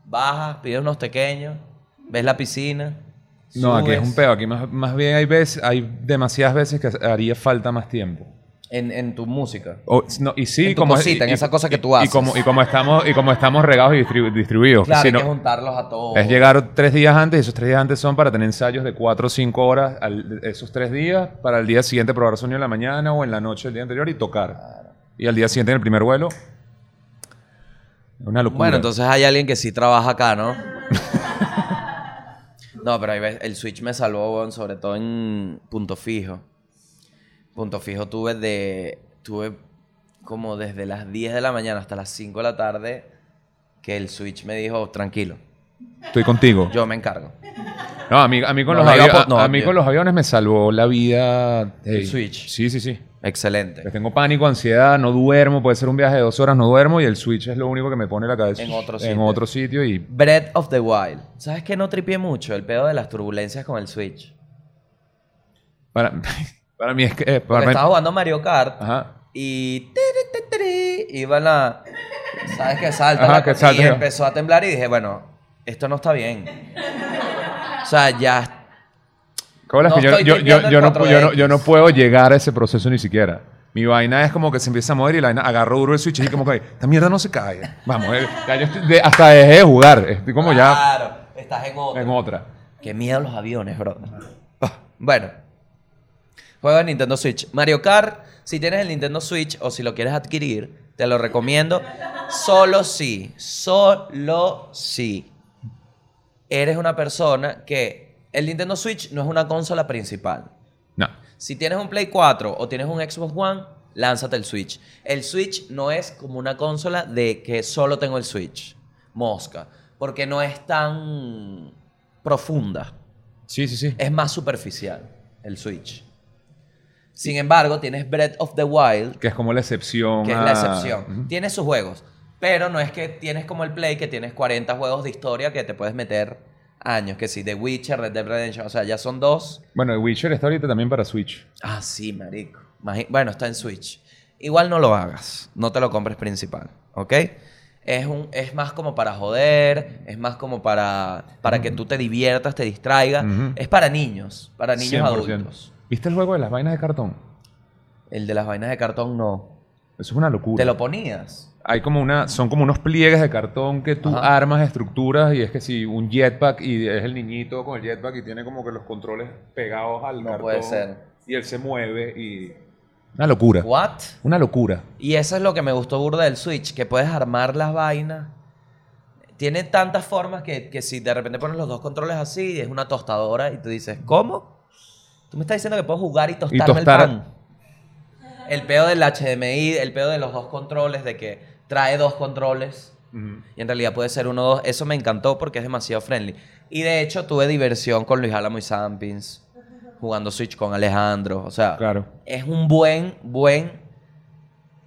[SPEAKER 1] bajas, pides unos pequeños, ves la piscina.
[SPEAKER 2] no, aquí es
[SPEAKER 1] subes.
[SPEAKER 2] un pedo. Aquí más, más bien hay veces, hay demasiadas veces que haría falta más tiempo.
[SPEAKER 1] en, en tu música.
[SPEAKER 2] O- no, y sí,
[SPEAKER 1] En tu
[SPEAKER 2] como
[SPEAKER 1] cosita,
[SPEAKER 2] y-
[SPEAKER 1] en
[SPEAKER 2] y-
[SPEAKER 1] esa cosa que tú
[SPEAKER 2] y-
[SPEAKER 1] haces.
[SPEAKER 2] Y como, y como estamos, y como estamos regados y distribu- distribuidos.
[SPEAKER 1] Claro,
[SPEAKER 2] Si
[SPEAKER 1] hay
[SPEAKER 2] no-
[SPEAKER 1] que juntarlos a todos.
[SPEAKER 2] es llegar tres días antes, y esos tres días antes son para tener ensayos de cuatro o cinco horas al- esos tres días, para el día siguiente probar sonido en la mañana o en la noche el día anterior y tocar. Y al día siguiente en el primer vuelo. Una locura.
[SPEAKER 1] Bueno, entonces hay alguien que sí trabaja acá, ¿no? (laughs) no, pero ahí ves, el Switch me salvó, weón, sobre todo en Punto Fijo. Punto Fijo tuve de... Tuve como desde las 10 de la mañana hasta las 5 de la tarde que el Switch me dijo, tranquilo,
[SPEAKER 2] Estoy contigo.
[SPEAKER 1] yo me encargo.
[SPEAKER 2] No, a mí, a mí con,
[SPEAKER 1] No,
[SPEAKER 2] los,
[SPEAKER 1] me iba
[SPEAKER 2] avio-
[SPEAKER 1] por- no,
[SPEAKER 2] a mí
[SPEAKER 1] tío.
[SPEAKER 2] con los aviones me salvó la vida. hey.
[SPEAKER 1] Switch.
[SPEAKER 2] Sí, sí, sí.
[SPEAKER 1] Excelente.
[SPEAKER 2] Les tengo pánico, ansiedad, no duermo. Puede ser un viaje de dos horas, no duermo. Y el switch es lo único que me pone la cabeza
[SPEAKER 1] En otro
[SPEAKER 2] En
[SPEAKER 1] sitio.
[SPEAKER 2] otro sitio y
[SPEAKER 1] Breath of the Wild. ¿Sabes qué no tripié mucho? El pedo de las turbulencias con el Switch.
[SPEAKER 2] Para, (laughs) para mí es que. eh, para
[SPEAKER 1] Porque
[SPEAKER 2] mí-
[SPEAKER 1] estaba jugando Mario Kart
[SPEAKER 2] Ajá.
[SPEAKER 1] y tiri, tiri, tiri, iba la sabes que salta
[SPEAKER 2] Ajá,
[SPEAKER 1] la
[SPEAKER 2] que
[SPEAKER 1] cosa,
[SPEAKER 2] salta,
[SPEAKER 1] y
[SPEAKER 2] ¿no?
[SPEAKER 1] empezó a temblar y dije bueno esto no está bien o sea ya
[SPEAKER 2] Cablas
[SPEAKER 1] No
[SPEAKER 2] que yo,
[SPEAKER 1] estoy
[SPEAKER 2] yo-
[SPEAKER 1] limpiando
[SPEAKER 2] yo-
[SPEAKER 1] el
[SPEAKER 2] yo no, pu- yo, no,
[SPEAKER 1] 4DX.
[SPEAKER 2] yo no puedo llegar a ese proceso ni siquiera. Mi vaina es como que se empieza a mover y la vaina agarro duro el switch y como que esta mierda no se cae. Vamos, eh, ya yo estoy de- hasta dejé de jugar. Estoy como ya
[SPEAKER 1] claro estás en otra
[SPEAKER 2] en otra.
[SPEAKER 1] qué miedo los aviones bro Ah, bueno juega en Nintendo Switch Mario Kart si tienes el Nintendo Switch o si lo quieres adquirir te lo recomiendo solo si solo si eres una persona que el Nintendo Switch no es una consola principal
[SPEAKER 2] No.
[SPEAKER 1] Si tienes un Play 4 o tienes un Xbox One, lánzate el Switch. El Switch no es como una consola de que solo tengo el Switch. Mosca. Porque no es tan profunda.
[SPEAKER 2] Sí, sí, sí.
[SPEAKER 1] Es más superficial el Switch. Sin embargo, tienes Breath of the Wild,
[SPEAKER 2] Que es como la excepción.
[SPEAKER 1] que es la
[SPEAKER 2] a-
[SPEAKER 1] excepción. Tiene sus juegos. Pero no es que tienes como el Play, que tienes 40 juegos de historia que te puedes meter años. Que si The Witcher, Red Dead Redemption. O sea, ya son dos.
[SPEAKER 2] Bueno, The Witcher está ahorita también para Switch.
[SPEAKER 1] Ah, sí, marico. Imagi- bueno, está en Switch. Igual no lo hagas. No te lo compres principal, ¿ok? Es, un, es más como para joder, es más como para, para que tú te diviertas, te distraigas.
[SPEAKER 2] Ujú.
[SPEAKER 1] Es para niños, para niños
[SPEAKER 2] 100%.
[SPEAKER 1] adultos.
[SPEAKER 2] ¿Viste el juego de las vainas de cartón?
[SPEAKER 1] El de las vainas de cartón no.
[SPEAKER 2] Eso es una locura.
[SPEAKER 1] Te lo ponías.
[SPEAKER 2] Hay como una, son como unos pliegues de cartón que tú
[SPEAKER 1] Ajá.
[SPEAKER 2] armas estructuras y es que si un jetpack y es el niñito con el jetpack y tiene como que los controles pegados al
[SPEAKER 1] No
[SPEAKER 2] cartón.
[SPEAKER 1] puede ser.
[SPEAKER 2] Y él se mueve y... Una locura.
[SPEAKER 1] ¿What?
[SPEAKER 2] Una locura.
[SPEAKER 1] Y eso es lo que me gustó burda del Switch, que puedes armar las vainas. Tiene tantas formas que, que si de repente pones los dos controles así, es una tostadora y tú dices, ¿cómo? Tú me estás diciendo que puedo jugar y tostarme
[SPEAKER 2] tostar-
[SPEAKER 1] el pan. El pedo del HDMI, el pedo de los dos controles, de que trae dos controles. Y en realidad puede ser uno o dos. Eso me encantó porque es demasiado friendly. Y de hecho tuve diversión con Luis Álamo y Sampins, jugando Switch con Alejandro. O sea,
[SPEAKER 2] Claro.
[SPEAKER 1] es un buen, buen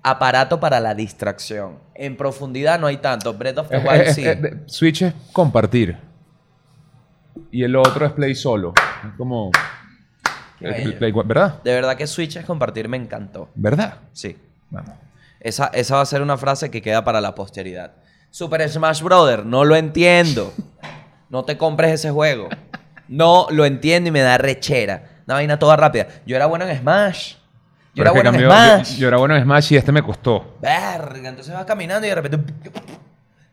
[SPEAKER 1] aparato para la distracción. En profundidad no hay tanto. Breath of the
[SPEAKER 2] (laughs) Es-
[SPEAKER 1] Wild
[SPEAKER 2] es-
[SPEAKER 1] sí.
[SPEAKER 2] es- de- Switch es compartir. Y el otro es play solo. Es Como...
[SPEAKER 1] Qué
[SPEAKER 2] el- el
[SPEAKER 1] bello.
[SPEAKER 2] play- ¿Verdad?
[SPEAKER 1] De verdad que Switch es compartir, me encantó.
[SPEAKER 2] ¿Verdad?
[SPEAKER 1] Sí.
[SPEAKER 2] Vamos.
[SPEAKER 1] Esa, esa va a ser una frase que queda para la posteridad. Super Smash Brother, no lo entiendo. No te compres ese juego. No lo entiendo y me da rechera. Una vaina toda rápida. Yo era bueno en Smash. Yo era
[SPEAKER 2] Pero es que
[SPEAKER 1] bueno en
[SPEAKER 2] cambió- yo-
[SPEAKER 1] Smash.
[SPEAKER 2] Yo, era bueno en Smash y este me costó.
[SPEAKER 1] Verga, entonces vas caminando y de repente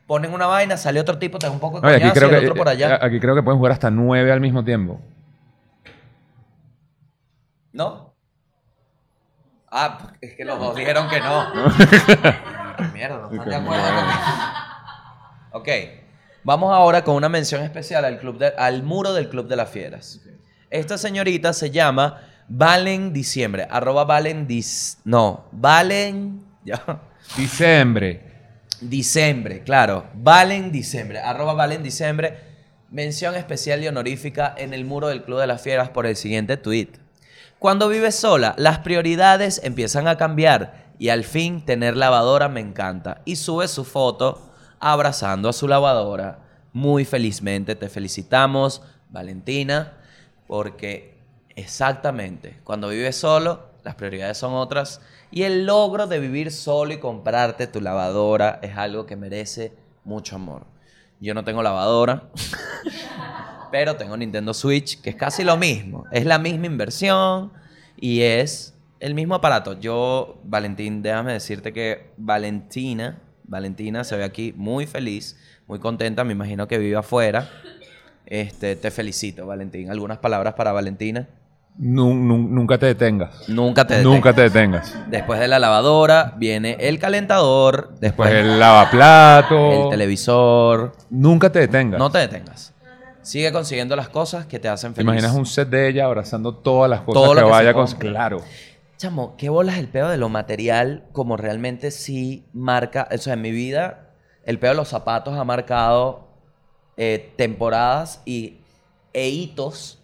[SPEAKER 1] ponen una vaina, sale otro tipo, te da un poco de
[SPEAKER 2] No, y
[SPEAKER 1] coñazo
[SPEAKER 2] aquí, creo
[SPEAKER 1] y el
[SPEAKER 2] que, eh,
[SPEAKER 1] otro por allá.
[SPEAKER 2] aquí creo que pueden jugar hasta nueve al mismo tiempo.
[SPEAKER 1] ¿No? Ah, es que los dos dijeron que (laughs) no. Mierda, no están de acuerdo con Ok, vamos ahora con una mención especial al, club de- al muro del Club de las Fieras. Esta señorita se llama Valen Diciembre, arroba Valen Dis... No, Valen... Ya.
[SPEAKER 2] Diciembre.
[SPEAKER 1] Diciembre, claro. Valen Diciembre, arroba Valen Diciembre. Mención especial y honorífica en el muro del Club de las Fieras por el siguiente tuit. Cuando vives sola, las prioridades empiezan a cambiar y al fin tener lavadora me encanta. Y sube su foto abrazando a su lavadora. Muy felizmente te felicitamos, Valentina, porque exactamente, cuando vives solo, las prioridades son otras y el logro de vivir solo y comprarte tu lavadora es algo que merece mucho amor. Yo no tengo lavadora, pero tengo Nintendo Switch, que es casi lo mismo. Es la misma inversión y es el mismo aparato. Yo, Valentín, déjame decirte que Valentina, Valentina se ve aquí muy feliz, muy contenta, me imagino que vive afuera. Este, te felicito, Valentín. ¿Algunas palabras para Valentina?
[SPEAKER 2] Nu- nu- nunca te detengas.
[SPEAKER 1] Nunca te
[SPEAKER 2] Nunca
[SPEAKER 1] detengas.
[SPEAKER 2] te detengas.
[SPEAKER 1] Después de la lavadora viene el calentador, después
[SPEAKER 2] Pues el oh. lavaplato.
[SPEAKER 1] el televisor.
[SPEAKER 2] Nunca te detengas.
[SPEAKER 1] No te detengas. Sigue consiguiendo las cosas que te hacen
[SPEAKER 2] ¿Te
[SPEAKER 1] feliz.
[SPEAKER 2] imaginas un set de ella abrazando todas las cosas
[SPEAKER 1] Todo lo
[SPEAKER 2] que,
[SPEAKER 1] que se
[SPEAKER 2] vaya con.
[SPEAKER 1] compre.
[SPEAKER 2] Claro.
[SPEAKER 1] Chamo, qué bolas el pedo de lo material, como realmente sí marca. O sea, en mi vida, el pedo de los zapatos ha marcado eh, temporadas y e hitos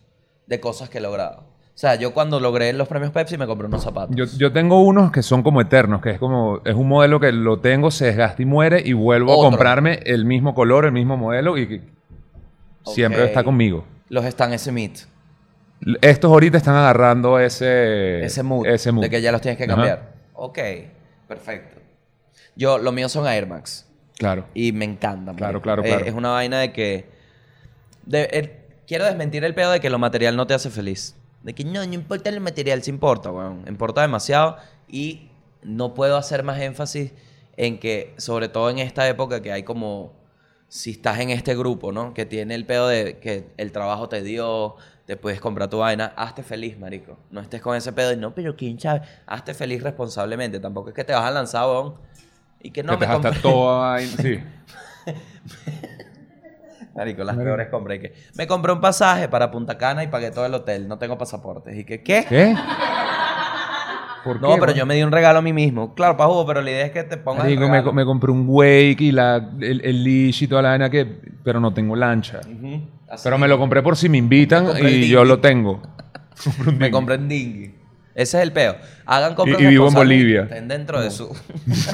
[SPEAKER 1] de cosas que he logrado. O sea, yo cuando logré los premios Pepsi me compré unos zapatos.
[SPEAKER 2] Yo, yo tengo unos que son como eternos, que es como. Es un modelo que lo tengo, se desgasta y muere, y vuelvo
[SPEAKER 1] Otro.
[SPEAKER 2] a comprarme el mismo color, el mismo modelo, y que siempre
[SPEAKER 1] Ok.
[SPEAKER 2] está conmigo.
[SPEAKER 1] Los están ese meet,
[SPEAKER 2] Estos ahorita están agarrando ese.
[SPEAKER 1] ese mood,
[SPEAKER 2] Eh, Ese mood.
[SPEAKER 1] de que ya los tienes que
[SPEAKER 2] Ajá.
[SPEAKER 1] cambiar. Ok, perfecto. Yo, lo mío son Air Max.
[SPEAKER 2] Claro.
[SPEAKER 1] Y me encantan.
[SPEAKER 2] Claro,
[SPEAKER 1] marico.
[SPEAKER 2] claro,
[SPEAKER 1] Eh,
[SPEAKER 2] claro.
[SPEAKER 1] Es una vaina de que... de- eh, quiero desmentir el pedo de que lo material no te hace feliz. De que no, no importa el material, sí importa, weón. Importa demasiado. Y no puedo hacer más énfasis en que, sobre todo en esta época que hay como... Si estás en este grupo, ¿no? Que tiene el pedo de que el trabajo te dio, te puedes comprar tu vaina, hazte feliz, marico. No estés con ese pedo de, no, pero quién sabe. Hazte feliz responsablemente. Tampoco es que te vas a lanzar, weón. Y que no
[SPEAKER 2] que te
[SPEAKER 1] me
[SPEAKER 2] gasta
[SPEAKER 1] compré-
[SPEAKER 2] toda. vaina- Sí.
[SPEAKER 1] Marico, las peores compras. Y que, me compré un pasaje para Punta Cana y pagué todo el hotel. No tengo pasaportes. Y que, (laughs) ¿qué?
[SPEAKER 2] ¿Qué? ¿Por
[SPEAKER 1] No,
[SPEAKER 2] qué,
[SPEAKER 1] pero
[SPEAKER 2] man?
[SPEAKER 1] yo me di un regalo a mí mismo. Claro, Pajú, pero la idea es que te pongas el
[SPEAKER 2] Marico, me,
[SPEAKER 1] regalo.
[SPEAKER 2] me compré un wake y la, el, el leash y toda la vaina que... Pero no tengo lancha.
[SPEAKER 1] Ujú, así.
[SPEAKER 2] Pero me lo compré por si me invitan
[SPEAKER 1] Me compré el
[SPEAKER 2] y
[SPEAKER 1] dinghy.
[SPEAKER 2] yo lo tengo.
[SPEAKER 1] Me compré en dinghy. Ese es el peo. Hagan compras
[SPEAKER 2] Y- y vivo en
[SPEAKER 1] responsables que
[SPEAKER 2] Bolivia.
[SPEAKER 1] Estén dentro de
[SPEAKER 2] (laughs)
[SPEAKER 1] su...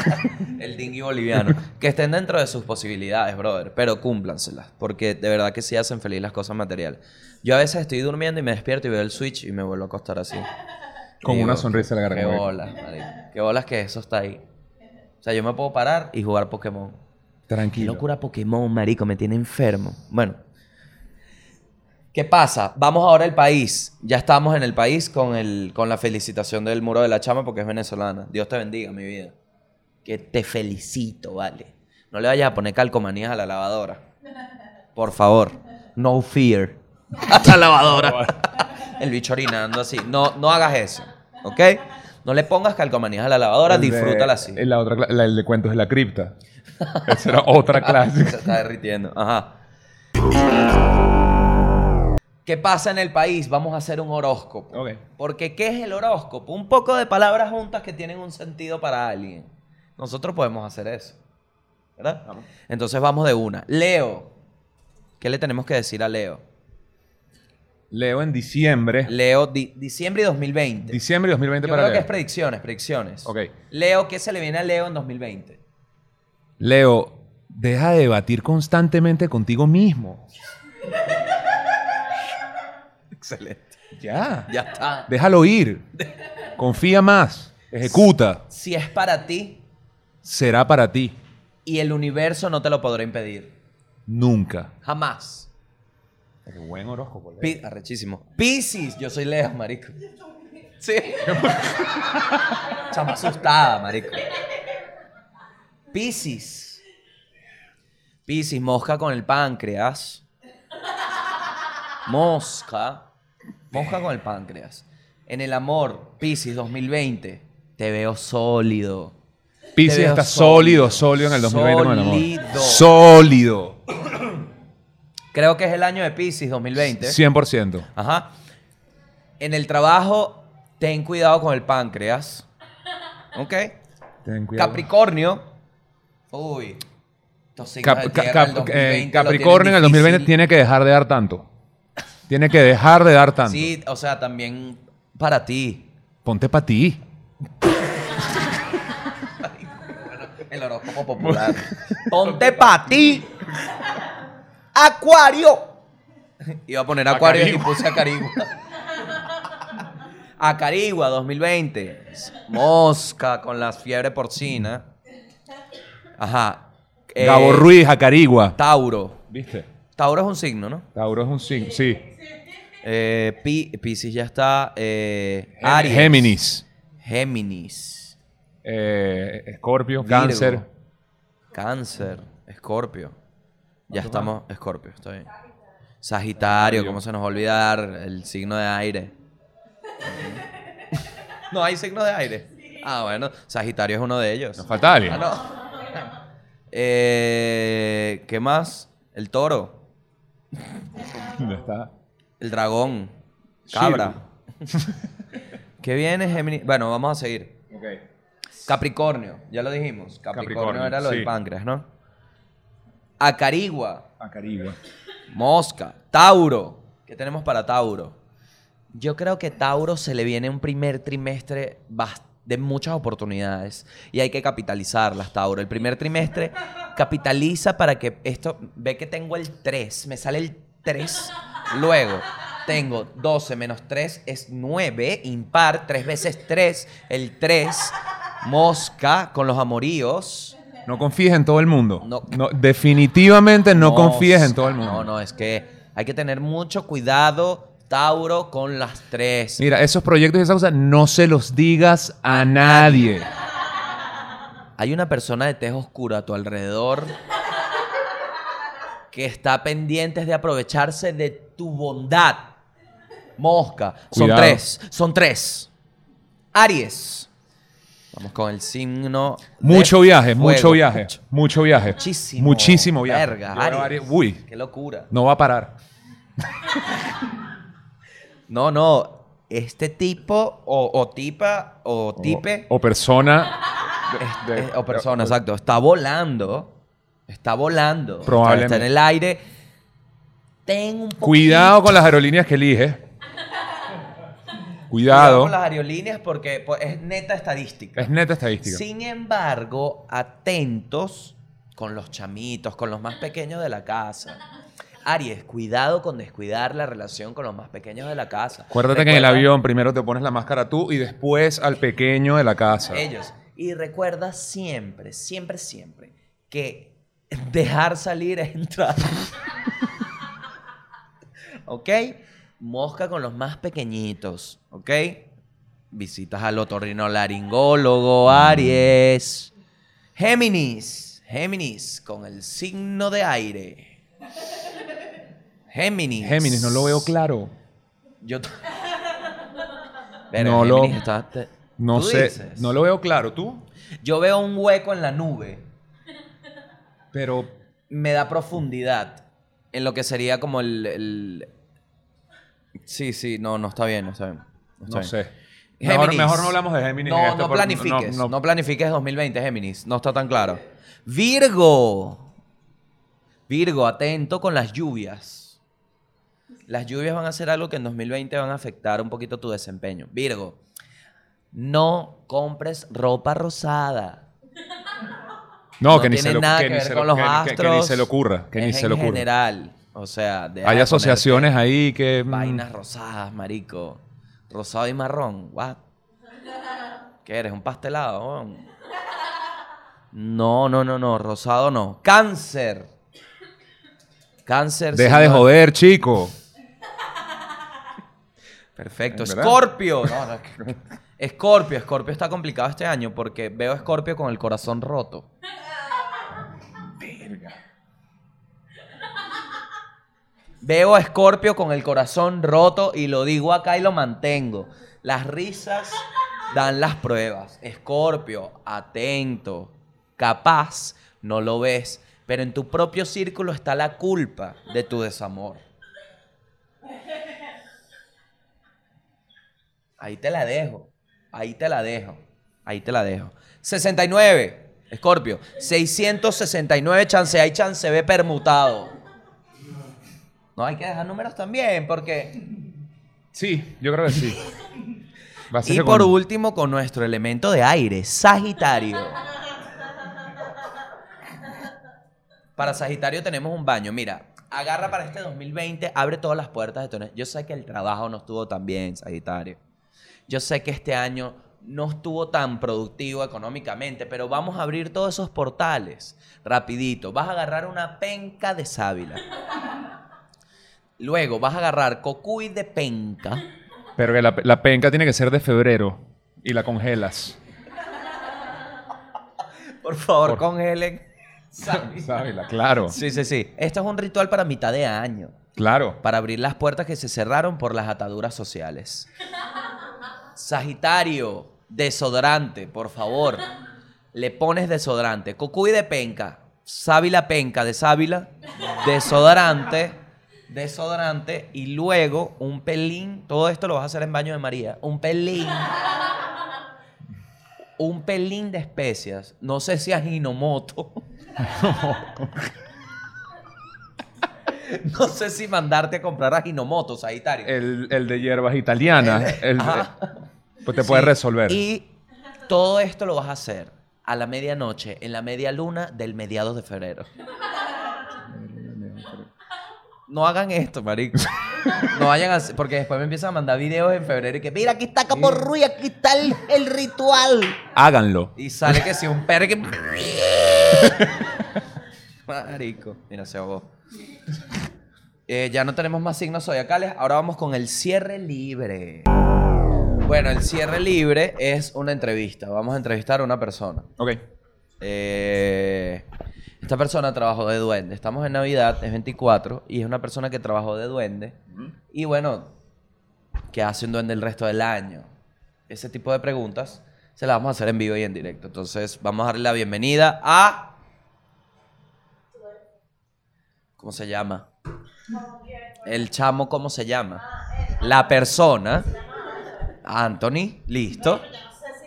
[SPEAKER 1] (laughs) el dinghy boliviano. Que estén dentro de sus posibilidades, brother. Pero cúmplanselas. Porque de verdad que sí hacen feliz las cosas materiales. Yo a veces estoy durmiendo y me despierto y veo el switch y me vuelvo a acostar así. Y
[SPEAKER 2] Con una
[SPEAKER 1] digo,
[SPEAKER 2] sonrisa en la
[SPEAKER 1] Qué
[SPEAKER 2] garganta.
[SPEAKER 1] bolas, marico. Qué bolas que eso está ahí. O sea, yo me puedo parar y jugar Pokémon. Qué
[SPEAKER 2] Tranquilo.
[SPEAKER 1] locura Pokémon, marico. Me tiene enfermo. Bueno. ¿Qué pasa? Vamos ahora al país. Ya estamos en el país con, el, con la felicitación del muro de la chama porque es venezolana. Dios te bendiga, mi vida. Que te felicito, vale. No le vayas a poner calcomanías a la lavadora. Por favor. No fear. (laughs) A la lavadora. El bicho orinando así. No, no hagas eso. ¿Ok? No le pongas calcomanías a la lavadora.
[SPEAKER 2] El de-
[SPEAKER 1] Disfrútala así.
[SPEAKER 2] en La otra, cla- la- el de cuentos de
[SPEAKER 1] (laughs)
[SPEAKER 2] la cripta. Esa era otra
[SPEAKER 1] Se (laughs)
[SPEAKER 2] clase.
[SPEAKER 1] está derritiendo. Ajá. ¿Qué pasa en el país? Vamos a hacer un horóscopo.
[SPEAKER 2] Ok.
[SPEAKER 1] Porque ¿qué es el horóscopo? Un poco de palabras juntas que tienen un sentido para alguien. Nosotros podemos hacer eso. ¿Verdad? Entonces vamos de una. Leo. ¿Qué le tenemos que decir a Leo?
[SPEAKER 2] Leo en diciembre.
[SPEAKER 1] Leo, di- diciembre de 2020.
[SPEAKER 2] Diciembre de 2020
[SPEAKER 1] Yo
[SPEAKER 2] para
[SPEAKER 1] creo que es
[SPEAKER 2] Leo.
[SPEAKER 1] predicciones, predicciones.
[SPEAKER 2] Ok.
[SPEAKER 1] Leo, ¿qué se le viene a Leo en 2020?
[SPEAKER 2] Leo, deja de debatir constantemente contigo mismo.
[SPEAKER 1] Excelente.
[SPEAKER 2] Ya.
[SPEAKER 1] Ya está.
[SPEAKER 2] Déjalo ir. Confía más. Ejecuta.
[SPEAKER 1] Si es para ti,
[SPEAKER 2] será para ti.
[SPEAKER 1] y el universo no te lo podrá impedir.
[SPEAKER 2] Nunca.
[SPEAKER 1] Jamás.
[SPEAKER 2] Qué buen horóscopo. ¿eh? Leo.
[SPEAKER 1] Pi- Arrechísimo. Piscis, yo soy Leo, marico. Sí. Chama asustada, marico. Piscis. Piscis, mosca con el páncreas. Mosca. Mosca con el páncreas. En el amor, Piscis 2020. Te veo sólido. Te
[SPEAKER 2] Pisces
[SPEAKER 1] veo
[SPEAKER 2] está
[SPEAKER 1] sólido.
[SPEAKER 2] sólido, sólido en el 2020 con el amor.
[SPEAKER 1] Sólido.
[SPEAKER 2] Sólido.
[SPEAKER 1] Creo que es el año de Piscis 2020.
[SPEAKER 2] 100%.
[SPEAKER 1] Ajá. En el trabajo, ten cuidado con el páncreas. ¿Ok?
[SPEAKER 2] Ten cuidado.
[SPEAKER 1] Capricornio. Uy. Estos signos
[SPEAKER 2] Cap-
[SPEAKER 1] de
[SPEAKER 2] ca-
[SPEAKER 1] tierra
[SPEAKER 2] cap-
[SPEAKER 1] del
[SPEAKER 2] eh,
[SPEAKER 1] 2020 lo
[SPEAKER 2] Capricornio en
[SPEAKER 1] tienen
[SPEAKER 2] el 2020
[SPEAKER 1] difícil.
[SPEAKER 2] tiene que dejar de dar tanto. Tiene que dejar de dar tanto.
[SPEAKER 1] Sí, o sea, también para ti.
[SPEAKER 2] Ponte para ti.
[SPEAKER 1] El horóscopo popular. Ponte para ti. Acuario. Iba a poner Acuario y
[SPEAKER 2] Acarigua.
[SPEAKER 1] puse Acarigua. Acarigua 2020. Mosca con la fiebre porcina. Ajá. Eh,
[SPEAKER 2] Gabo Ruiz, Acarigua.
[SPEAKER 1] Tauro.
[SPEAKER 2] ¿Viste?
[SPEAKER 1] Tauro es un signo, ¿no?
[SPEAKER 2] Tauro es un signo. Sí.
[SPEAKER 1] Eh, Pi- Piscis ya está. eh, Aries.
[SPEAKER 2] Géminis.
[SPEAKER 1] Géminis.
[SPEAKER 2] Eh, Escorpio,
[SPEAKER 1] Virgo,
[SPEAKER 2] Cáncer.
[SPEAKER 1] Cáncer. Escorpio. Ya estamos. Escorpio, está bien. Sagitario, ¿cómo se nos va a olvidar? El signo de aire. (laughs) No hay signo de aire. Ah, bueno, Sagitario es uno de ellos.
[SPEAKER 2] Nos falta alguien.
[SPEAKER 1] Ah, no. Eh, ¿Qué más? El toro,
[SPEAKER 2] Ya está.
[SPEAKER 1] el dragón,
[SPEAKER 2] Sí.
[SPEAKER 1] (laughs) cabra. ¿Qué viene, Géminis? Bueno, vamos a seguir. Capricornio, ya lo dijimos. Capricornio,
[SPEAKER 2] Capricornio,
[SPEAKER 1] era lo
[SPEAKER 2] sí.
[SPEAKER 1] del páncreas, ¿no? Acarigua,
[SPEAKER 2] A Caribe.
[SPEAKER 1] mosca, Tauro. ¿Qué tenemos para Tauro? Yo creo que Tauro se le viene un primer trimestre bas- de muchas oportunidades y hay que capitalizarlas, Tauro. El primer trimestre capitaliza para que esto, ve que tengo el 3, me sale el 3, luego tengo 12 menos 3 es 9, impar, 3 veces 3, el 3, mosca con los amoríos.
[SPEAKER 2] No confíes en todo el mundo.
[SPEAKER 1] No.
[SPEAKER 2] definitivamente no, confíes en todo el mundo.
[SPEAKER 1] No, no, es que hay que tener mucho cuidado, Tauro, con las tres.
[SPEAKER 2] Mira, esos proyectos y esas cosas no se los digas a nadie.
[SPEAKER 1] Hay una persona de tez oscura a tu alrededor que está pendiente de aprovecharse de tu bondad. Mosca.
[SPEAKER 2] Cuidado.
[SPEAKER 1] Son tres. Son tres. Aries. Vamos con el signo. de
[SPEAKER 2] Mucho viaje,
[SPEAKER 1] fuego.
[SPEAKER 2] mucho viaje, mucho viaje.
[SPEAKER 1] Muchísimo.
[SPEAKER 2] Muchísimo viaje.
[SPEAKER 1] Verga,
[SPEAKER 2] Yo veo
[SPEAKER 1] Aries.
[SPEAKER 2] Aries- Uy,
[SPEAKER 1] Qué locura.
[SPEAKER 2] no va a parar.
[SPEAKER 1] No, no. Este tipo o, o tipa o tipe
[SPEAKER 2] O, o persona.
[SPEAKER 1] es-
[SPEAKER 2] de-
[SPEAKER 1] es- o persona, exacto. Está volando. Está volando.
[SPEAKER 2] Probablemente.
[SPEAKER 1] Está en el aire. Ten un poquito
[SPEAKER 2] Cuidado con las aerolíneas
[SPEAKER 1] (laughs)
[SPEAKER 2] que eliges. Cuidado.
[SPEAKER 1] con las aerolíneas porque pues, es neta estadística.
[SPEAKER 2] Es neta estadística.
[SPEAKER 1] Sin embargo, atentos con los chamitos, con los más pequeños de la casa. Aries, cuidado con descuidar la relación con los más pequeños de la casa.
[SPEAKER 2] Acuérdate que en el
[SPEAKER 1] Recuerda-
[SPEAKER 2] avión primero te pones la máscara tú y después al pequeño de la casa.
[SPEAKER 1] Ellos. Y recuerda siempre, siempre, siempre que (laughs) dejar salir es entrar. (laughs) ¿Ok? Mosca con los más pequeñitos. ¿Ok? Visitas al otorrinolaringólogo, Aries. Géminis. Géminis con el signo de aire. Géminis.
[SPEAKER 2] Géminis, no lo veo claro.
[SPEAKER 1] Yo t- (laughs) Verga,
[SPEAKER 2] No lo-
[SPEAKER 1] Géminis está- te-
[SPEAKER 2] No
[SPEAKER 1] ¿tú
[SPEAKER 2] sé,
[SPEAKER 1] dices?
[SPEAKER 2] no lo veo claro. ¿Tú?
[SPEAKER 1] Yo veo un hueco en la nube,
[SPEAKER 2] Pero
[SPEAKER 1] me da profundidad en lo que sería como el. el- Sí, sí, no, no está bien, no está bien. no está
[SPEAKER 2] no
[SPEAKER 1] bien.
[SPEAKER 2] sé. Mejor,
[SPEAKER 1] Géminis.
[SPEAKER 2] mejor no hablamos de Géminis. en
[SPEAKER 1] No,
[SPEAKER 2] este
[SPEAKER 1] no
[SPEAKER 2] por-
[SPEAKER 1] planifiques. No,
[SPEAKER 2] no- no-
[SPEAKER 1] planifiques 2020, Géminis. No está tan claro. Virgo. Virgo, atento con las lluvias. Las lluvias van a ser algo que en 2020 van a afectar un poquito tu desempeño. Virgo, no compres ropa rosada.
[SPEAKER 2] No, que ni
[SPEAKER 1] tiene
[SPEAKER 2] se le
[SPEAKER 1] nada
[SPEAKER 2] que
[SPEAKER 1] que
[SPEAKER 2] ni
[SPEAKER 1] ver
[SPEAKER 2] se
[SPEAKER 1] con los
[SPEAKER 2] lo- que ni- que-
[SPEAKER 1] astros.
[SPEAKER 2] que ni se le ocurra. Que ni
[SPEAKER 1] es
[SPEAKER 2] se le
[SPEAKER 1] en
[SPEAKER 2] ocurra.
[SPEAKER 1] general. O sea, deja
[SPEAKER 2] Hay
[SPEAKER 1] de
[SPEAKER 2] asociaciones ahí que. mm,
[SPEAKER 1] ponerte Vainas rosadas, marico. Rosado y marrón. What? ¿Qué eres? ¿Un pastelado? weón? No, no, no, no. Rosado no. Cáncer. Cáncer.
[SPEAKER 2] Deja de
[SPEAKER 1] señor.
[SPEAKER 2] joder, chico.
[SPEAKER 1] Perfecto.
[SPEAKER 2] Es verdad.
[SPEAKER 1] Escorpio. No, no, es que- Escorpio. Escorpio está complicado este año porque veo a Escorpio con el corazón roto. Veo a Escorpio con el corazón roto y lo digo acá y lo mantengo. Las risas dan las pruebas. Escorpio, atento, capaz, no lo ves, pero en tu propio círculo está la culpa de tu desamor. Ahí te la dejo. Ahí te la dejo. Ahí te la dejo. 69, Escorpio. 669 chance A y chance B permutado. No hay que dejar números también, porque.
[SPEAKER 2] Sí, yo creo que sí.
[SPEAKER 1] (laughs)
[SPEAKER 2] Va a ser
[SPEAKER 1] Y
[SPEAKER 2] que
[SPEAKER 1] por
[SPEAKER 2] con-
[SPEAKER 1] último, con nuestro elemento de aire, Sagitario. Para Sagitario tenemos un baño. Mira, agarra para este 2020, abre todas las puertas de tu. ne- Yo sé que el trabajo no estuvo tan bien, Sagitario. Yo sé que este año no estuvo tan productivo económicamente, pero vamos a abrir todos esos portales rapidito. Vas a agarrar una penca de sábila. Luego vas a agarrar cocuy de penca.
[SPEAKER 2] Pero que la, la penca tiene que ser de febrero. y la congelas.
[SPEAKER 1] Por favor,
[SPEAKER 2] Por-
[SPEAKER 1] congelen.
[SPEAKER 2] Sábila,
[SPEAKER 1] (laughs)
[SPEAKER 2] claro.
[SPEAKER 1] Sí, sí, sí. Esto es un ritual para mitad de año.
[SPEAKER 2] Claro.
[SPEAKER 1] Para abrir las puertas que se cerraron por las ataduras sociales. Sagitario, desodorante, por favor. Le pones desodorante. Cocuy de penca. Sábila penca de sábila. Desodorante. Desodorante. Y luego un pelín. Todo esto lo vas a hacer en baño de María. Un pelín. Un pelín de especias. No sé si
[SPEAKER 2] (laughs)
[SPEAKER 1] ajinomoto. (laughs) No sé si mandarte a comprar ajinomoto, Sagitario.
[SPEAKER 2] El, el de hierbas italianas.
[SPEAKER 1] (laughs)
[SPEAKER 2] el-
[SPEAKER 1] Ajá.
[SPEAKER 2] pues te puede
[SPEAKER 1] Sí.
[SPEAKER 2] resolver.
[SPEAKER 1] Y todo esto lo vas a hacer a la medianoche, en la media luna del mediados de febrero. No hagan esto, marico. No vayan a... hacer- Porque después me empiezan a mandar videos en febrero y que, mira,
[SPEAKER 3] Mira, aquí está Caporruy, aquí está el, el ritual.
[SPEAKER 2] Háganlo.
[SPEAKER 1] y sale que si un perro que... (laughs) Marico. Mira, se ahogó. Eh, ya no tenemos más signos zodiacales. Ahora vamos con el cierre libre. Bueno, el cierre libre es una entrevista. Vamos a entrevistar a una persona.
[SPEAKER 2] Ok.
[SPEAKER 1] Eh, esta persona trabajó de duende. Estamos en Navidad, es 24, y es una persona que trabajó de duende. Y bueno, ¿qué hace un duende el resto del año? Ese tipo de preguntas se las vamos a hacer en vivo y en directo. Entonces, vamos a darle la bienvenida a. ¿Cómo se llama? El chamo, ¿cómo se llama? La persona. Anthony, listo.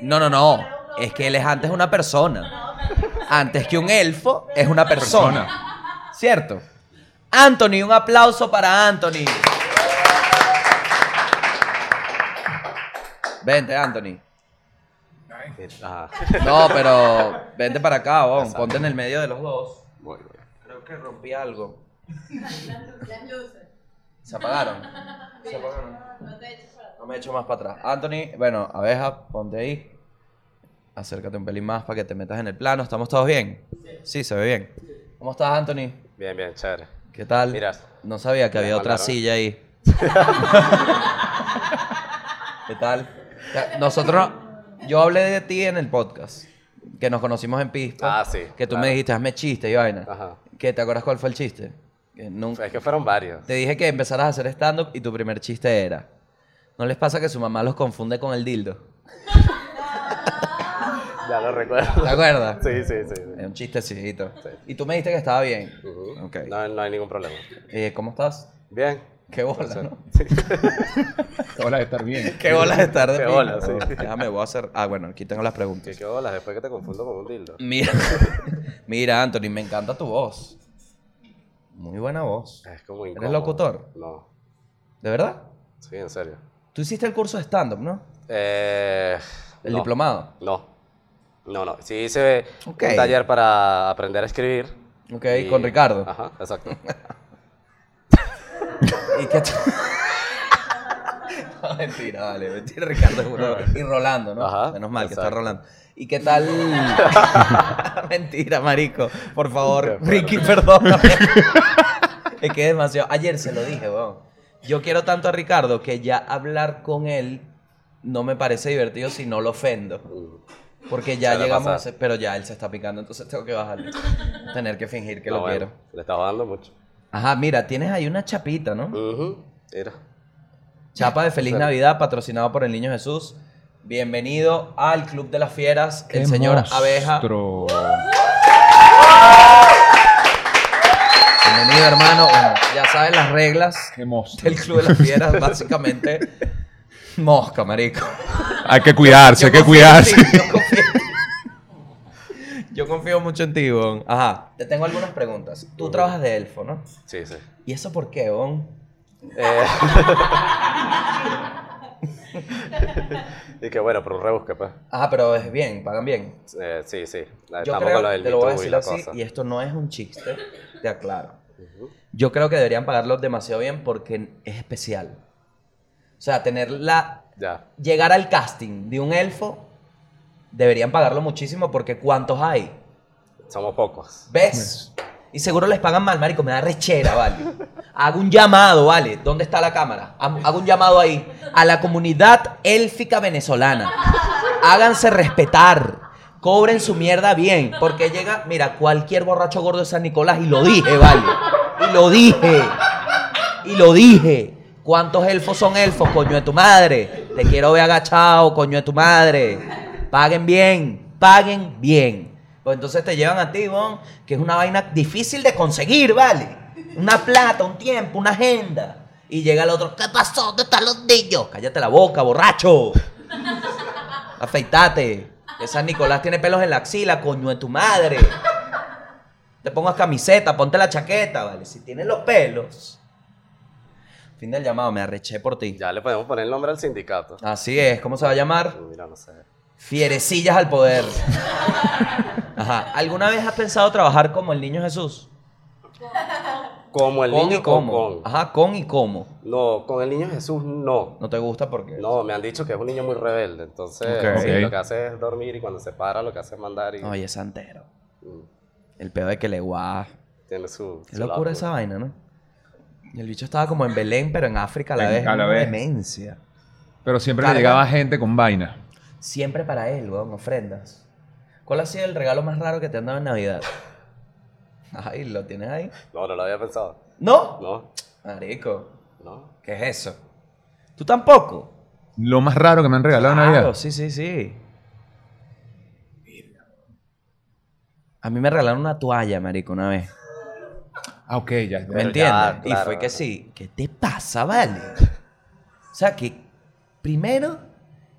[SPEAKER 1] No, no, no. Es que él es antes una persona. Antes que un elfo, es una persona.
[SPEAKER 2] Persona.
[SPEAKER 1] ¿Cierto? Anthony, un aplauso para Anthony. Vente, Anthony.
[SPEAKER 4] Ah,
[SPEAKER 1] No, pero vente para acá, bon. ponte en el medio de los dos.
[SPEAKER 4] voy, voy.
[SPEAKER 1] Creo que rompí algo. Se apagaron. Se apagaron. No me echo más para atrás. Anthony, bueno, abeja, ponte ahí. Acércate un pelín más para que te metas en el plano. ¿Estamos todos bien? Sí. se ve bien. ¿Cómo estás, Anthony?
[SPEAKER 4] Bien, bien, chévere.
[SPEAKER 1] ¿Qué tal?
[SPEAKER 4] Mira.
[SPEAKER 1] No sabía que
[SPEAKER 4] Me
[SPEAKER 1] había otra
[SPEAKER 4] mandaron.
[SPEAKER 1] silla ahí. ¿Qué tal? Ya, Nosotros, yo hablé de ti en el podcast, que nos conocimos en pista.
[SPEAKER 4] Ah, sí,
[SPEAKER 1] Que tú
[SPEAKER 4] claro. Ah.
[SPEAKER 1] me dijiste, hazme chiste y vaina.
[SPEAKER 4] Ajá.
[SPEAKER 1] ¿Qué? ¿Te acuerdas cuál fue el chiste? Que nunca...
[SPEAKER 4] Es que fueron varios.
[SPEAKER 1] Te dije que empezaras a hacer stand-up y tu primer chiste era. ¿No les pasa que su mamá los confunde con el dildo?
[SPEAKER 4] Ya lo recuerdo.
[SPEAKER 1] ¿Te acuerdas?
[SPEAKER 4] Sí, sí, sí. sí.
[SPEAKER 1] Es un chistecito.
[SPEAKER 4] Sí. Uh-huh.
[SPEAKER 1] Y tú me dijiste que estaba bien.
[SPEAKER 4] Ujú.
[SPEAKER 1] Ok.
[SPEAKER 4] (laughs) No, no hay ningún problema.
[SPEAKER 1] Eh, ¿Cómo estás?
[SPEAKER 4] Bien.
[SPEAKER 1] Qué bola,
[SPEAKER 4] Entonces,
[SPEAKER 1] ¿no?
[SPEAKER 4] sí.
[SPEAKER 2] Hola, estar bien.
[SPEAKER 1] Qué bola de estar de
[SPEAKER 4] Qué
[SPEAKER 1] pinga,
[SPEAKER 4] bola, sí.
[SPEAKER 1] weón. Déjame, voy a hacer... Ah, bueno, aquí tengo las
[SPEAKER 4] ¿Qué,
[SPEAKER 1] preguntas.
[SPEAKER 4] qué bolas? Después que te confundo con un dildo.
[SPEAKER 1] Mira, (laughs) mira, Anthony, me encanta tu voz. Muy buena voz.
[SPEAKER 4] Es como
[SPEAKER 1] ¿Eres
[SPEAKER 4] incómodo.
[SPEAKER 1] locutor?
[SPEAKER 4] No.
[SPEAKER 1] ¿De verdad?
[SPEAKER 4] Sí, en serio.
[SPEAKER 1] Tú hiciste el curso de stand-up, ¿no?
[SPEAKER 4] Eh,
[SPEAKER 1] El
[SPEAKER 4] no.
[SPEAKER 1] diplomado.
[SPEAKER 4] No. No, no. Sí hice
[SPEAKER 1] Ok.
[SPEAKER 4] un taller para aprender a escribir.
[SPEAKER 1] Ok, con Ricardo.
[SPEAKER 4] Ajá,
[SPEAKER 1] (laughs)
[SPEAKER 4] exacto.
[SPEAKER 1] ¿Y
[SPEAKER 4] (laughs)
[SPEAKER 1] qué t- No, mentira, vale, mentira, Ricardo. seguro. Y Rolando, ¿no?
[SPEAKER 4] Ajá,
[SPEAKER 1] Menos mal que está
[SPEAKER 4] exacto.
[SPEAKER 1] Rolando. ¿Y qué
[SPEAKER 4] (laughs)
[SPEAKER 1] tal? mentira, marico. Por favor,
[SPEAKER 4] Qué fuerte.
[SPEAKER 1] Ricky, perdóname. (laughs) es que es demasiado. Ayer se lo dije, weón. Yo quiero tanto a Ricardo que ya hablar con él no me parece divertido si no lo ofendo.
[SPEAKER 4] Mm.
[SPEAKER 1] Porque ya
[SPEAKER 4] Suele
[SPEAKER 1] llegamos a
[SPEAKER 4] pasar.
[SPEAKER 1] ese- Pero ya él se está picando, entonces tengo que bajarle. Tener que fingir que
[SPEAKER 4] No,
[SPEAKER 1] lo
[SPEAKER 4] Ah, bueno,
[SPEAKER 1] quiero.
[SPEAKER 4] Le estaba dando mucho.
[SPEAKER 1] Ajá, mira, tienes ahí una chapita, ¿no?
[SPEAKER 4] Ujú, Mira.
[SPEAKER 1] Chapa de Feliz Navidad, patrocinado por el Niño Jesús. Bienvenido al Club de las Fieras, el señor Abeja.
[SPEAKER 2] monstruo.
[SPEAKER 1] Bienvenido, hermano. Bueno, ya saben las reglas
[SPEAKER 2] Qué monstruo.
[SPEAKER 1] del Club de las
[SPEAKER 2] (laughs)
[SPEAKER 1] Fieras, básicamente. Mosca, marico.
[SPEAKER 2] Hay que cuidarse, hay
[SPEAKER 1] Yo
[SPEAKER 2] que
[SPEAKER 1] confío en ti,
[SPEAKER 2] cuidarse.
[SPEAKER 1] yo confío en ti. Yo confío mucho en ti, Bon. Ajá, te tengo algunas preguntas. Tú trabajas de elfo, ¿no?
[SPEAKER 4] Sí,
[SPEAKER 1] (laughs)
[SPEAKER 4] sí.
[SPEAKER 1] ¿Y eso por qué, Bon?
[SPEAKER 4] Eh, (laughs) y que bueno, pero un rebusque, pues.
[SPEAKER 1] Ajá, pero es bien, pagan bien.
[SPEAKER 4] Eh, sí, sí.
[SPEAKER 1] Yo
[SPEAKER 4] Estamos
[SPEAKER 1] creo,
[SPEAKER 4] con lo del
[SPEAKER 1] te lo
[SPEAKER 4] mito
[SPEAKER 1] voy a
[SPEAKER 4] y
[SPEAKER 1] decir
[SPEAKER 4] la
[SPEAKER 1] así,
[SPEAKER 4] cosa.
[SPEAKER 1] y esto no es un chiste, te aclaro. Yo creo que deberían pagarlo demasiado bien porque es especial. O sea, tener la...
[SPEAKER 4] Ya.
[SPEAKER 1] Llegar al casting de un elfo, deberían pagarlo muchísimo porque ¿cuántos hay?
[SPEAKER 4] Somos pocos.
[SPEAKER 1] ¿Ves? Y seguro les pagan mal, marico, me da rechera, vale. Hago un llamado, vale. ¿Dónde está la cámara? Am- Hago un llamado ahí a la comunidad élfica venezolana. háganse respetar. Cobren su mierda bien. Porque llega, mira, cualquier borracho gordo de San Nicolás, y lo dije, vale. Y lo dije. Y lo dije. ¿Cuántos elfos son elfos, coño de tu madre? Te quiero ver agachado, coño de tu madre. Paguen bien, paguen bien. Pues entonces te llevan a ti, bon, que es una vaina difícil de conseguir, ¿vale? Una plata, un tiempo, una agenda. Y llega el otro, ¿qué pasó? ¿Dónde están los niños? Cállate la boca, borracho. Afeitate. Que San Nicolás tiene pelos en la axila, coño de tu madre. Te pongas camiseta, ponte la chaqueta, ¿vale? Si tienes los pelos. Fin del llamado, me arreché por ti.
[SPEAKER 4] Ya le podemos poner el nombre al sindicato.
[SPEAKER 1] Así es, ¿cómo se va a llamar?
[SPEAKER 4] Mira, no sé.
[SPEAKER 1] Fierecillas al poder. Ajá. ¿Alguna vez has pensado trabajar como el niño Jesús?
[SPEAKER 4] Como el
[SPEAKER 1] con
[SPEAKER 4] niño
[SPEAKER 1] y cómo.
[SPEAKER 4] con- con.
[SPEAKER 1] Ajá, con y cómo.
[SPEAKER 4] No, con el niño Jesús no.
[SPEAKER 1] No te gusta porque.
[SPEAKER 4] No, me han dicho que es un niño muy rebelde, entonces
[SPEAKER 2] Ok.
[SPEAKER 4] sí,
[SPEAKER 2] Ok.
[SPEAKER 4] lo que hace es dormir y cuando se para lo que hace es mandar y
[SPEAKER 1] Oye, Santero.
[SPEAKER 4] Mm,
[SPEAKER 1] El pedo de que le guá.
[SPEAKER 4] tiene su...
[SPEAKER 1] Qué
[SPEAKER 4] su
[SPEAKER 1] locura
[SPEAKER 4] lado.
[SPEAKER 1] esa vaina, ¿no? Y el bicho estaba como en Belén, pero en África a la
[SPEAKER 2] En-
[SPEAKER 1] vez.
[SPEAKER 2] a la
[SPEAKER 1] una
[SPEAKER 2] vez.
[SPEAKER 1] Demencia.
[SPEAKER 2] Pero siempre le
[SPEAKER 1] Carga.
[SPEAKER 2] llegaba gente con vaina.
[SPEAKER 1] Siempre para él, weón, ofrendas. ¿Cuál ha sido el regalo más raro que te han dado en Navidad? (laughs) Ay, ¿lo tienes ahí?
[SPEAKER 4] No, no lo había pensado.
[SPEAKER 1] ¿No?
[SPEAKER 4] No,
[SPEAKER 1] Marico,
[SPEAKER 4] no.
[SPEAKER 1] ¿qué es eso? ¿Tú tampoco?
[SPEAKER 2] Lo más raro que me han regalado en
[SPEAKER 1] Claro,
[SPEAKER 2] Navidad.
[SPEAKER 1] sí, sí, sí. A mí me regalaron una toalla, marico, una vez.
[SPEAKER 2] Ah, ok, ya.
[SPEAKER 1] ¿Me
[SPEAKER 4] Pero
[SPEAKER 2] ya.
[SPEAKER 1] entiendes?
[SPEAKER 4] ya,
[SPEAKER 1] Y
[SPEAKER 4] claro.
[SPEAKER 1] fue que sí. ¿Qué te pasa, vale? O sea, que primero,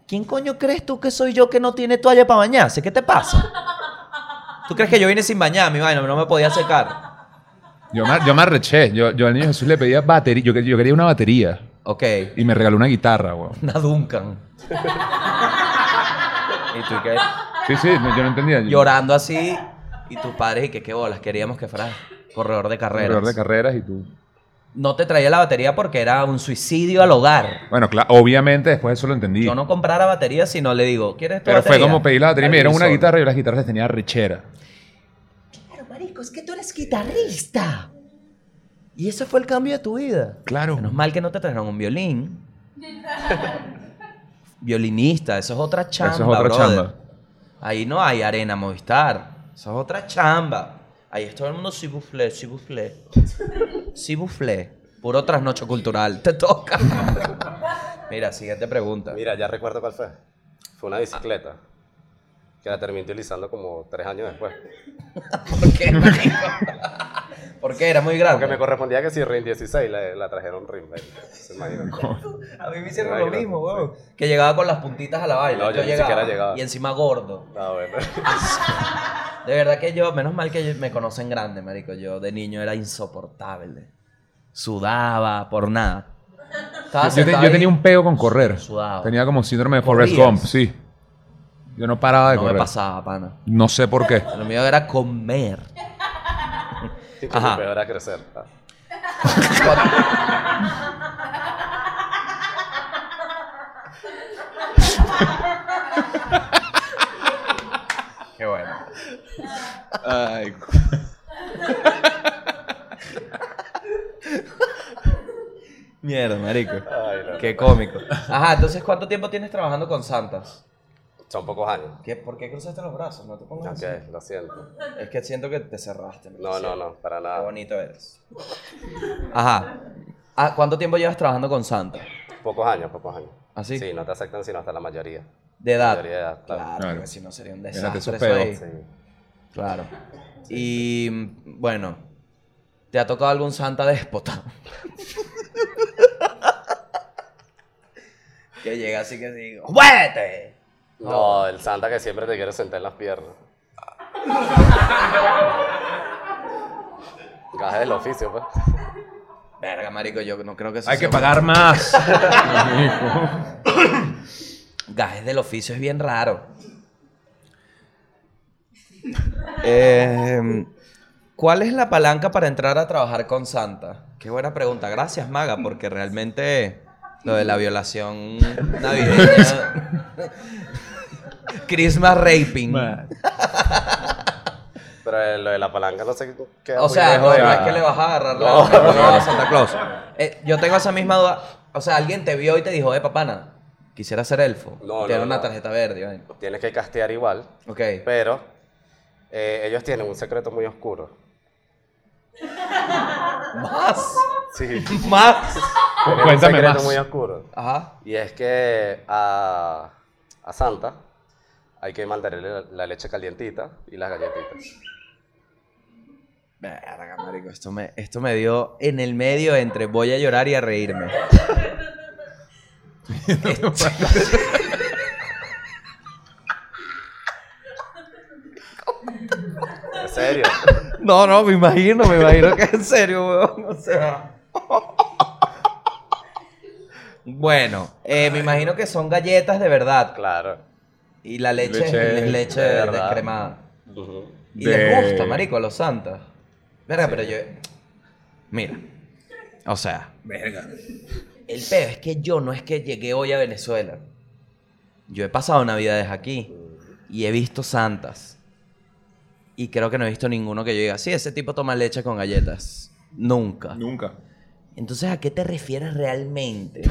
[SPEAKER 1] ¿quién coño crees tú que soy yo que no tiene toalla para bañarse? ¿Qué te pasa? ¿Tú crees que yo vine sin bañar, mi vaina? No me podía secar.
[SPEAKER 2] Yo, me, yo me arreché. Yo, yo al niño Jesús le pedía batería. Yo, yo quería una batería.
[SPEAKER 1] Ok,
[SPEAKER 2] Y me regaló una guitarra, weón.
[SPEAKER 1] una Duncan. ¿Y tú qué?
[SPEAKER 2] Sí, sí, no, yo no entendía.
[SPEAKER 1] Llorando así. Y tus padres, y que qué bolas, queríamos que fueras corredor de carreras.
[SPEAKER 2] Corredor de carreras y tú.
[SPEAKER 1] no te traía la batería porque era un suicidio al hogar.
[SPEAKER 2] Bueno, cla- obviamente después eso lo entendí.
[SPEAKER 1] Yo no comprara batería, sino le digo, ¿quieres tu
[SPEAKER 2] Pero fue
[SPEAKER 1] batería?
[SPEAKER 2] como pedir la batería. y Me dieron una
[SPEAKER 1] Al
[SPEAKER 2] guitarra y yo las guitarras les tenía rechera.
[SPEAKER 1] Claro, marico, es que tú eres guitarrista. Y ese fue el cambio de tu vida.
[SPEAKER 2] Claro.
[SPEAKER 1] Menos mal que no te trajeron un (laughs) violín. Violinista, eso es otra chamba,
[SPEAKER 2] Eso es otra
[SPEAKER 1] brother.
[SPEAKER 2] chamba.
[SPEAKER 1] Ahí no hay arena Movistar. Eso es otra chamba. Ahí es todo el mundo si buflé, si buflé. Si buflé. Puro trasnocho cultural. Te (laughs) toca. Mira, siguiente pregunta.
[SPEAKER 4] Mira, ya recuerdo cuál fue. Fue una bicicleta. Que la terminé utilizando como tres años después.
[SPEAKER 1] ¿Por
[SPEAKER 4] (laughs)
[SPEAKER 1] qué, marico? ¿Por qué? Era muy grande.
[SPEAKER 4] Porque me correspondía que si RIN 16 la, la trajeron RIN 20. Se imagina.
[SPEAKER 1] A mí me hicieron
[SPEAKER 4] Ay,
[SPEAKER 1] lo
[SPEAKER 4] gracias,
[SPEAKER 1] mismo, weón. Que llegaba con las puntitas a la vaina.
[SPEAKER 4] No, yo ni siquiera llegaba.
[SPEAKER 1] Y encima gordo.
[SPEAKER 4] Ah, bueno. (laughs)
[SPEAKER 1] De verdad que yo, menos mal que yo- me conocen grande, marico. Yo de niño era insoportable. Sudaba por nada. Estaba
[SPEAKER 2] Yo, te-
[SPEAKER 1] Ah, sentado
[SPEAKER 2] yo
[SPEAKER 1] ahí,
[SPEAKER 2] tenía un peo con correr.
[SPEAKER 1] Sudado.
[SPEAKER 2] Tenía como síndrome de Forrest
[SPEAKER 1] ¿Corrías?
[SPEAKER 2] Gump, sí. Yo no paraba de
[SPEAKER 1] No me
[SPEAKER 2] correr.
[SPEAKER 1] pasaba, pana.
[SPEAKER 2] No sé por qué.
[SPEAKER 1] Lo mío era comer.
[SPEAKER 4] Y que
[SPEAKER 1] Ajá.
[SPEAKER 4] lo peor era crecer. Ah.
[SPEAKER 1] Qué bueno. Mierda, marico.
[SPEAKER 4] Ay, no, no.
[SPEAKER 1] Qué cómico. Ajá, entonces, ¿cuánto tiempo tienes trabajando con Santas?
[SPEAKER 4] Son pocos años.
[SPEAKER 1] ¿Qué, ¿Por qué cruzaste los brazos? No te pongas así.
[SPEAKER 4] Ok, lo siento.
[SPEAKER 1] Es que siento que te cerraste. me
[SPEAKER 4] No,
[SPEAKER 1] siento.
[SPEAKER 4] no, no, para
[SPEAKER 1] Qué
[SPEAKER 4] nada.
[SPEAKER 1] bonito eres. Ajá. Ah, ¿Cuánto tiempo llevas trabajando con Santa?
[SPEAKER 4] Pocos años, pocos años.
[SPEAKER 1] ¿Ah, sí?
[SPEAKER 4] Sí, no te aceptan sino hasta la mayoría.
[SPEAKER 1] De edad.
[SPEAKER 4] Mayoría de edad, claro.
[SPEAKER 1] Claro,
[SPEAKER 2] Claro.
[SPEAKER 1] porque si no sería un
[SPEAKER 2] Era que
[SPEAKER 1] desastre.
[SPEAKER 2] eso
[SPEAKER 1] eso
[SPEAKER 2] peo.
[SPEAKER 1] ahí.
[SPEAKER 4] Sí.
[SPEAKER 1] Claro. Y mm, bueno, ¿te ha tocado algún santa déspota? (laughs) que llega así que digo, ¡muévete!
[SPEAKER 4] No, el santa que siempre te quiere sentar en las
[SPEAKER 1] (laughs)
[SPEAKER 4] piernas. Gaje del oficio, pues.
[SPEAKER 1] Verga, marico, yo no creo que eso
[SPEAKER 2] Hay que
[SPEAKER 1] sea-
[SPEAKER 2] pagar más.
[SPEAKER 4] (laughs)
[SPEAKER 1] Gajes del oficio es bien (laughs) raro. Eh, ¿Cuál es la palanca para entrar a trabajar con Santa? Qué buena pregunta. Gracias, Maga, porque realmente lo de la violación
[SPEAKER 2] (laughs)
[SPEAKER 1] navideña. Christmas raping.
[SPEAKER 4] Pero eh, lo de la palanca no sé qué.
[SPEAKER 1] O sea, no, no
[SPEAKER 2] de-
[SPEAKER 1] es que le vas a agarrar la-
[SPEAKER 4] No.
[SPEAKER 1] la- la- la- Santa Claus. Eh, yo tengo esa misma duda. O sea, alguien te vio y te dijo, eh, papana, Quisiera ser elfo.
[SPEAKER 4] No,
[SPEAKER 1] Tener
[SPEAKER 4] no,
[SPEAKER 1] una
[SPEAKER 4] no.
[SPEAKER 1] tarjeta verde. vaina.
[SPEAKER 4] Tienes que castear igual,
[SPEAKER 1] Ok.
[SPEAKER 4] pero eh, ellos tienen un secreto muy oscuro.
[SPEAKER 1] Más.
[SPEAKER 4] (laughs) Sí.
[SPEAKER 1] Más.
[SPEAKER 4] Tienen un
[SPEAKER 2] Cuéntame
[SPEAKER 4] secreto
[SPEAKER 2] más.
[SPEAKER 4] muy oscuro.
[SPEAKER 1] Ajá.
[SPEAKER 4] Y es que a, a Santa hay que mandarle la, la leche calientita y las galletitas.
[SPEAKER 1] Verga, marico, esto me, esto me dio en el medio entre voy a llorar y a reírme.
[SPEAKER 4] ¿En (laughs) serio?
[SPEAKER 1] No, no, me imagino, me imagino que en serio, weón. O sea. Bueno, eh, me imagino que son galletas de verdad.
[SPEAKER 4] Claro.
[SPEAKER 1] Y la leche,
[SPEAKER 2] Leche
[SPEAKER 1] es leche
[SPEAKER 4] de verdad.
[SPEAKER 1] descremada.
[SPEAKER 4] Ujú.
[SPEAKER 1] Y
[SPEAKER 2] De-
[SPEAKER 1] les gusta, marico, a los santos. Verga, pero yo. Mira. O sea. El peor es que yo no es que llegué hoy a Venezuela. Yo he pasado navidades aquí. Y he visto santas. Y creo que no he visto ninguno que yo diga, sí, ese tipo toma leche con galletas. Nunca.
[SPEAKER 2] Nunca.
[SPEAKER 1] Entonces, ¿a qué te refieres realmente?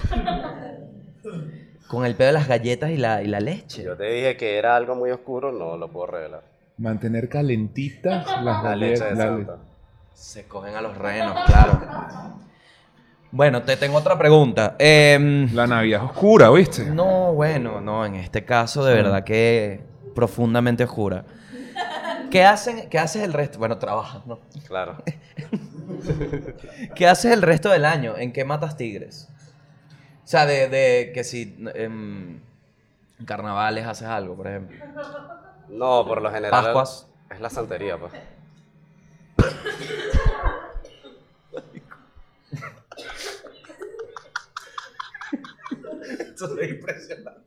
[SPEAKER 1] con el pedo de las galletas y la, y la leche.
[SPEAKER 4] Yo te dije que era algo muy oscuro, no lo puedo revelar.
[SPEAKER 2] Mantener calentitas las
[SPEAKER 4] La leche de
[SPEAKER 2] galletas. la le-
[SPEAKER 4] Santa.
[SPEAKER 1] Se cogen a los renos, claro. Bueno, te tengo otra pregunta. Em,
[SPEAKER 2] La Navidad es oscura, ¿viste?
[SPEAKER 1] no, bueno, no, en este caso de verdad que profundamente oscura. ¿Qué hacen, qué haces el resto? Bueno, trabajas, ¿no?
[SPEAKER 4] Claro.
[SPEAKER 1] ¿Qué haces el resto del año? ¿En qué matas tigres? O sea, de, de que si em, en carnavales haces algo, por ejemplo.
[SPEAKER 4] No, por lo general.
[SPEAKER 1] Pascuas.
[SPEAKER 4] Es la santería, pues.
[SPEAKER 1] Eso es impresionante.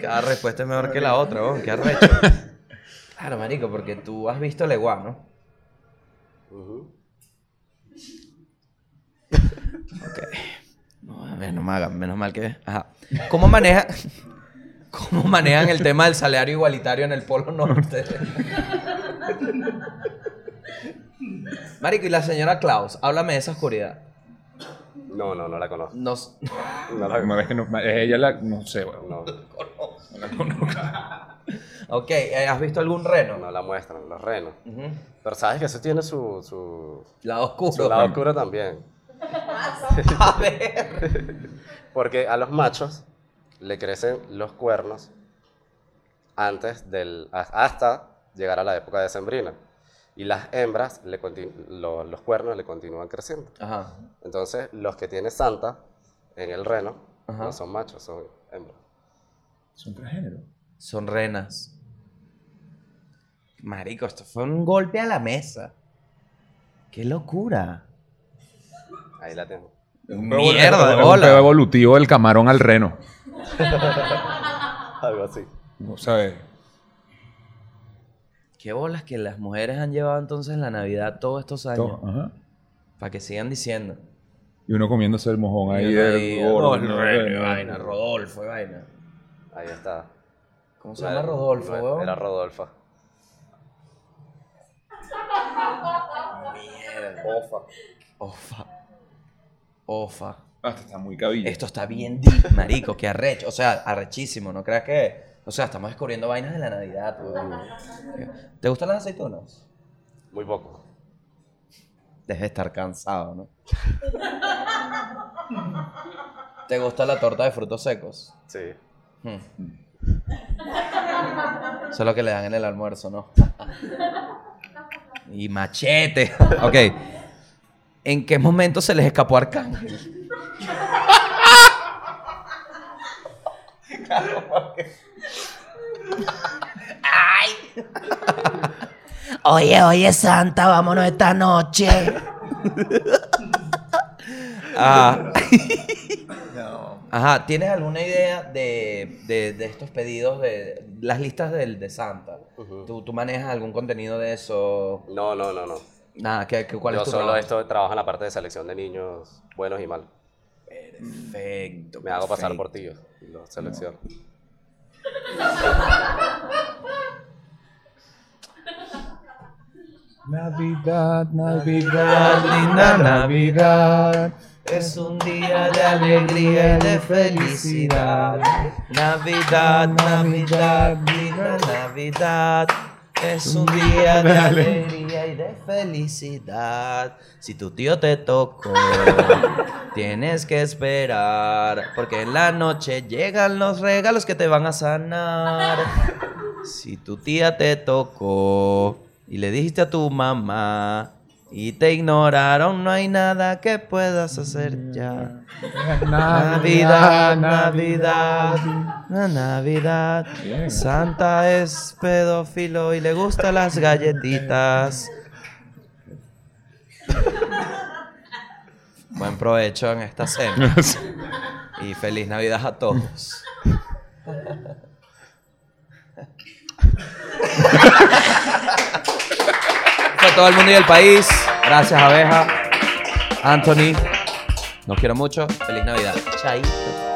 [SPEAKER 1] Cada respuesta es mejor que la otra, ¿no? Qué arrecho. Claro, marico, porque tú has visto Leguá, ¿no?
[SPEAKER 4] Ujú.
[SPEAKER 1] No, a ver, no me hagan, menos mal que. Ajá. ¿Cómo maneja, (laughs) cómo manejan el tema del salario igualitario en el Polo Norte? (laughs) Marico, y la señora Klaus, háblame de esa oscuridad.
[SPEAKER 4] No, no, no la conozco.
[SPEAKER 1] Nos...
[SPEAKER 4] No la
[SPEAKER 2] No, es que no- es ella la. No sé, weón.
[SPEAKER 4] No,
[SPEAKER 1] Ok, eh, ¿has visto algún reno?
[SPEAKER 4] no la muestran, los renos.
[SPEAKER 1] Ujú.
[SPEAKER 4] Pero sabes que eso tiene su, su,
[SPEAKER 1] Lado
[SPEAKER 4] su
[SPEAKER 1] oscuro. (laughs)
[SPEAKER 4] lado oscuro también.
[SPEAKER 1] A ver.
[SPEAKER 4] Porque a los machos le crecen los cuernos antes del. a- hasta llegar a la época de sembrina. Y las hembras, le continu- lo- los cuernos le continúan creciendo.
[SPEAKER 1] Ajá.
[SPEAKER 4] Entonces, los que tiene Santa en el reno
[SPEAKER 1] Ajá.
[SPEAKER 4] no son machos, son hembras.
[SPEAKER 2] Son transgénero.
[SPEAKER 1] Son renas. Marico, esto fue un golpe a la mesa. ¡Qué locura!
[SPEAKER 4] Ahí
[SPEAKER 1] (laughs)
[SPEAKER 4] la tengo.
[SPEAKER 1] Mierda,
[SPEAKER 2] Es
[SPEAKER 1] de
[SPEAKER 2] un pedo
[SPEAKER 1] bola.
[SPEAKER 2] evolutivo del camarón al reno.
[SPEAKER 4] Algo así.
[SPEAKER 2] O sea, eh,
[SPEAKER 1] Qué bolas que las mujeres han llevado entonces la Navidad todos estos años.
[SPEAKER 2] to- ajá.
[SPEAKER 1] Para que sigan diciendo.
[SPEAKER 2] Y uno comiéndose el mojón ahí.
[SPEAKER 1] Y uno
[SPEAKER 2] del
[SPEAKER 1] ahí,
[SPEAKER 2] gordo,
[SPEAKER 1] "No,
[SPEAKER 2] ¿no?
[SPEAKER 1] re- vaina, Rodolfo, vaina.
[SPEAKER 4] Ahí está.
[SPEAKER 1] ¿Cómo se llama Rodolfo,
[SPEAKER 4] Era-
[SPEAKER 1] weón?
[SPEAKER 4] Era Rodolfa.
[SPEAKER 1] Mierda.
[SPEAKER 4] Ofa.
[SPEAKER 1] Ofa. Ofa.
[SPEAKER 2] Ah, este está muy cabilla.
[SPEAKER 1] Esto está bien deep, marico, qué arrecho. O sea, arrechísimo, ¿no creas que? O sea, estamos descubriendo vainas de la Navidad, weón. ¿Te gustan las aceitunas?
[SPEAKER 4] Muy poco.
[SPEAKER 1] Debes estar cansado, ¿no? ¿Te gusta la torta de frutos secos?
[SPEAKER 4] Sí.
[SPEAKER 1] Hmm. Eso es lo que le dan en el almuerzo, ¿no? y machete. (laughs) ok. ¿En qué momento se les escapó Arcángel?
[SPEAKER 3] Oye, oye, Santa, vámonos esta noche.
[SPEAKER 1] Ah. Ajá, ¿tienes alguna idea de, de- de estos pedidos, de las listas del, de Santa?
[SPEAKER 4] Ujú.
[SPEAKER 1] ¿Tú, tú manejas algún contenido de eso?
[SPEAKER 4] No, no, no, no.
[SPEAKER 1] Nada, ¿qué, qué- cuál
[SPEAKER 4] Yo
[SPEAKER 1] es tu
[SPEAKER 4] solo
[SPEAKER 1] trabajo?
[SPEAKER 4] esto trabajo en la parte de selección de niños buenos y malos.
[SPEAKER 1] Perfecto.
[SPEAKER 4] Me hago pasar por
[SPEAKER 1] perfecto.
[SPEAKER 4] tío y los selecciono.
[SPEAKER 2] Navidad, Navidad, linda Navidad.
[SPEAKER 1] Es un día de alegría y de felicidad. Navidad, Navidad, linda Navidad. Es un día de alegría y de felicidad. Si tu tío te (laughs) tocó, tienes que esperar. Porque en la noche llegan los regalos que te van a sanar. Si tu tía te tocó y le dijiste a tu mamá y te ignoraron, no hay nada que puedas hacer ya. Navidad, Navidad, na- Navidad.
[SPEAKER 2] Bien.
[SPEAKER 1] Santa es pedófilo y le gustan las galletitas. Buen provecho en esta cena y feliz Navidad a todos. Fue todo el mundo y el país. Gracias, abeja. Anthony, los quiero mucho. Feliz Navidad. Chaito.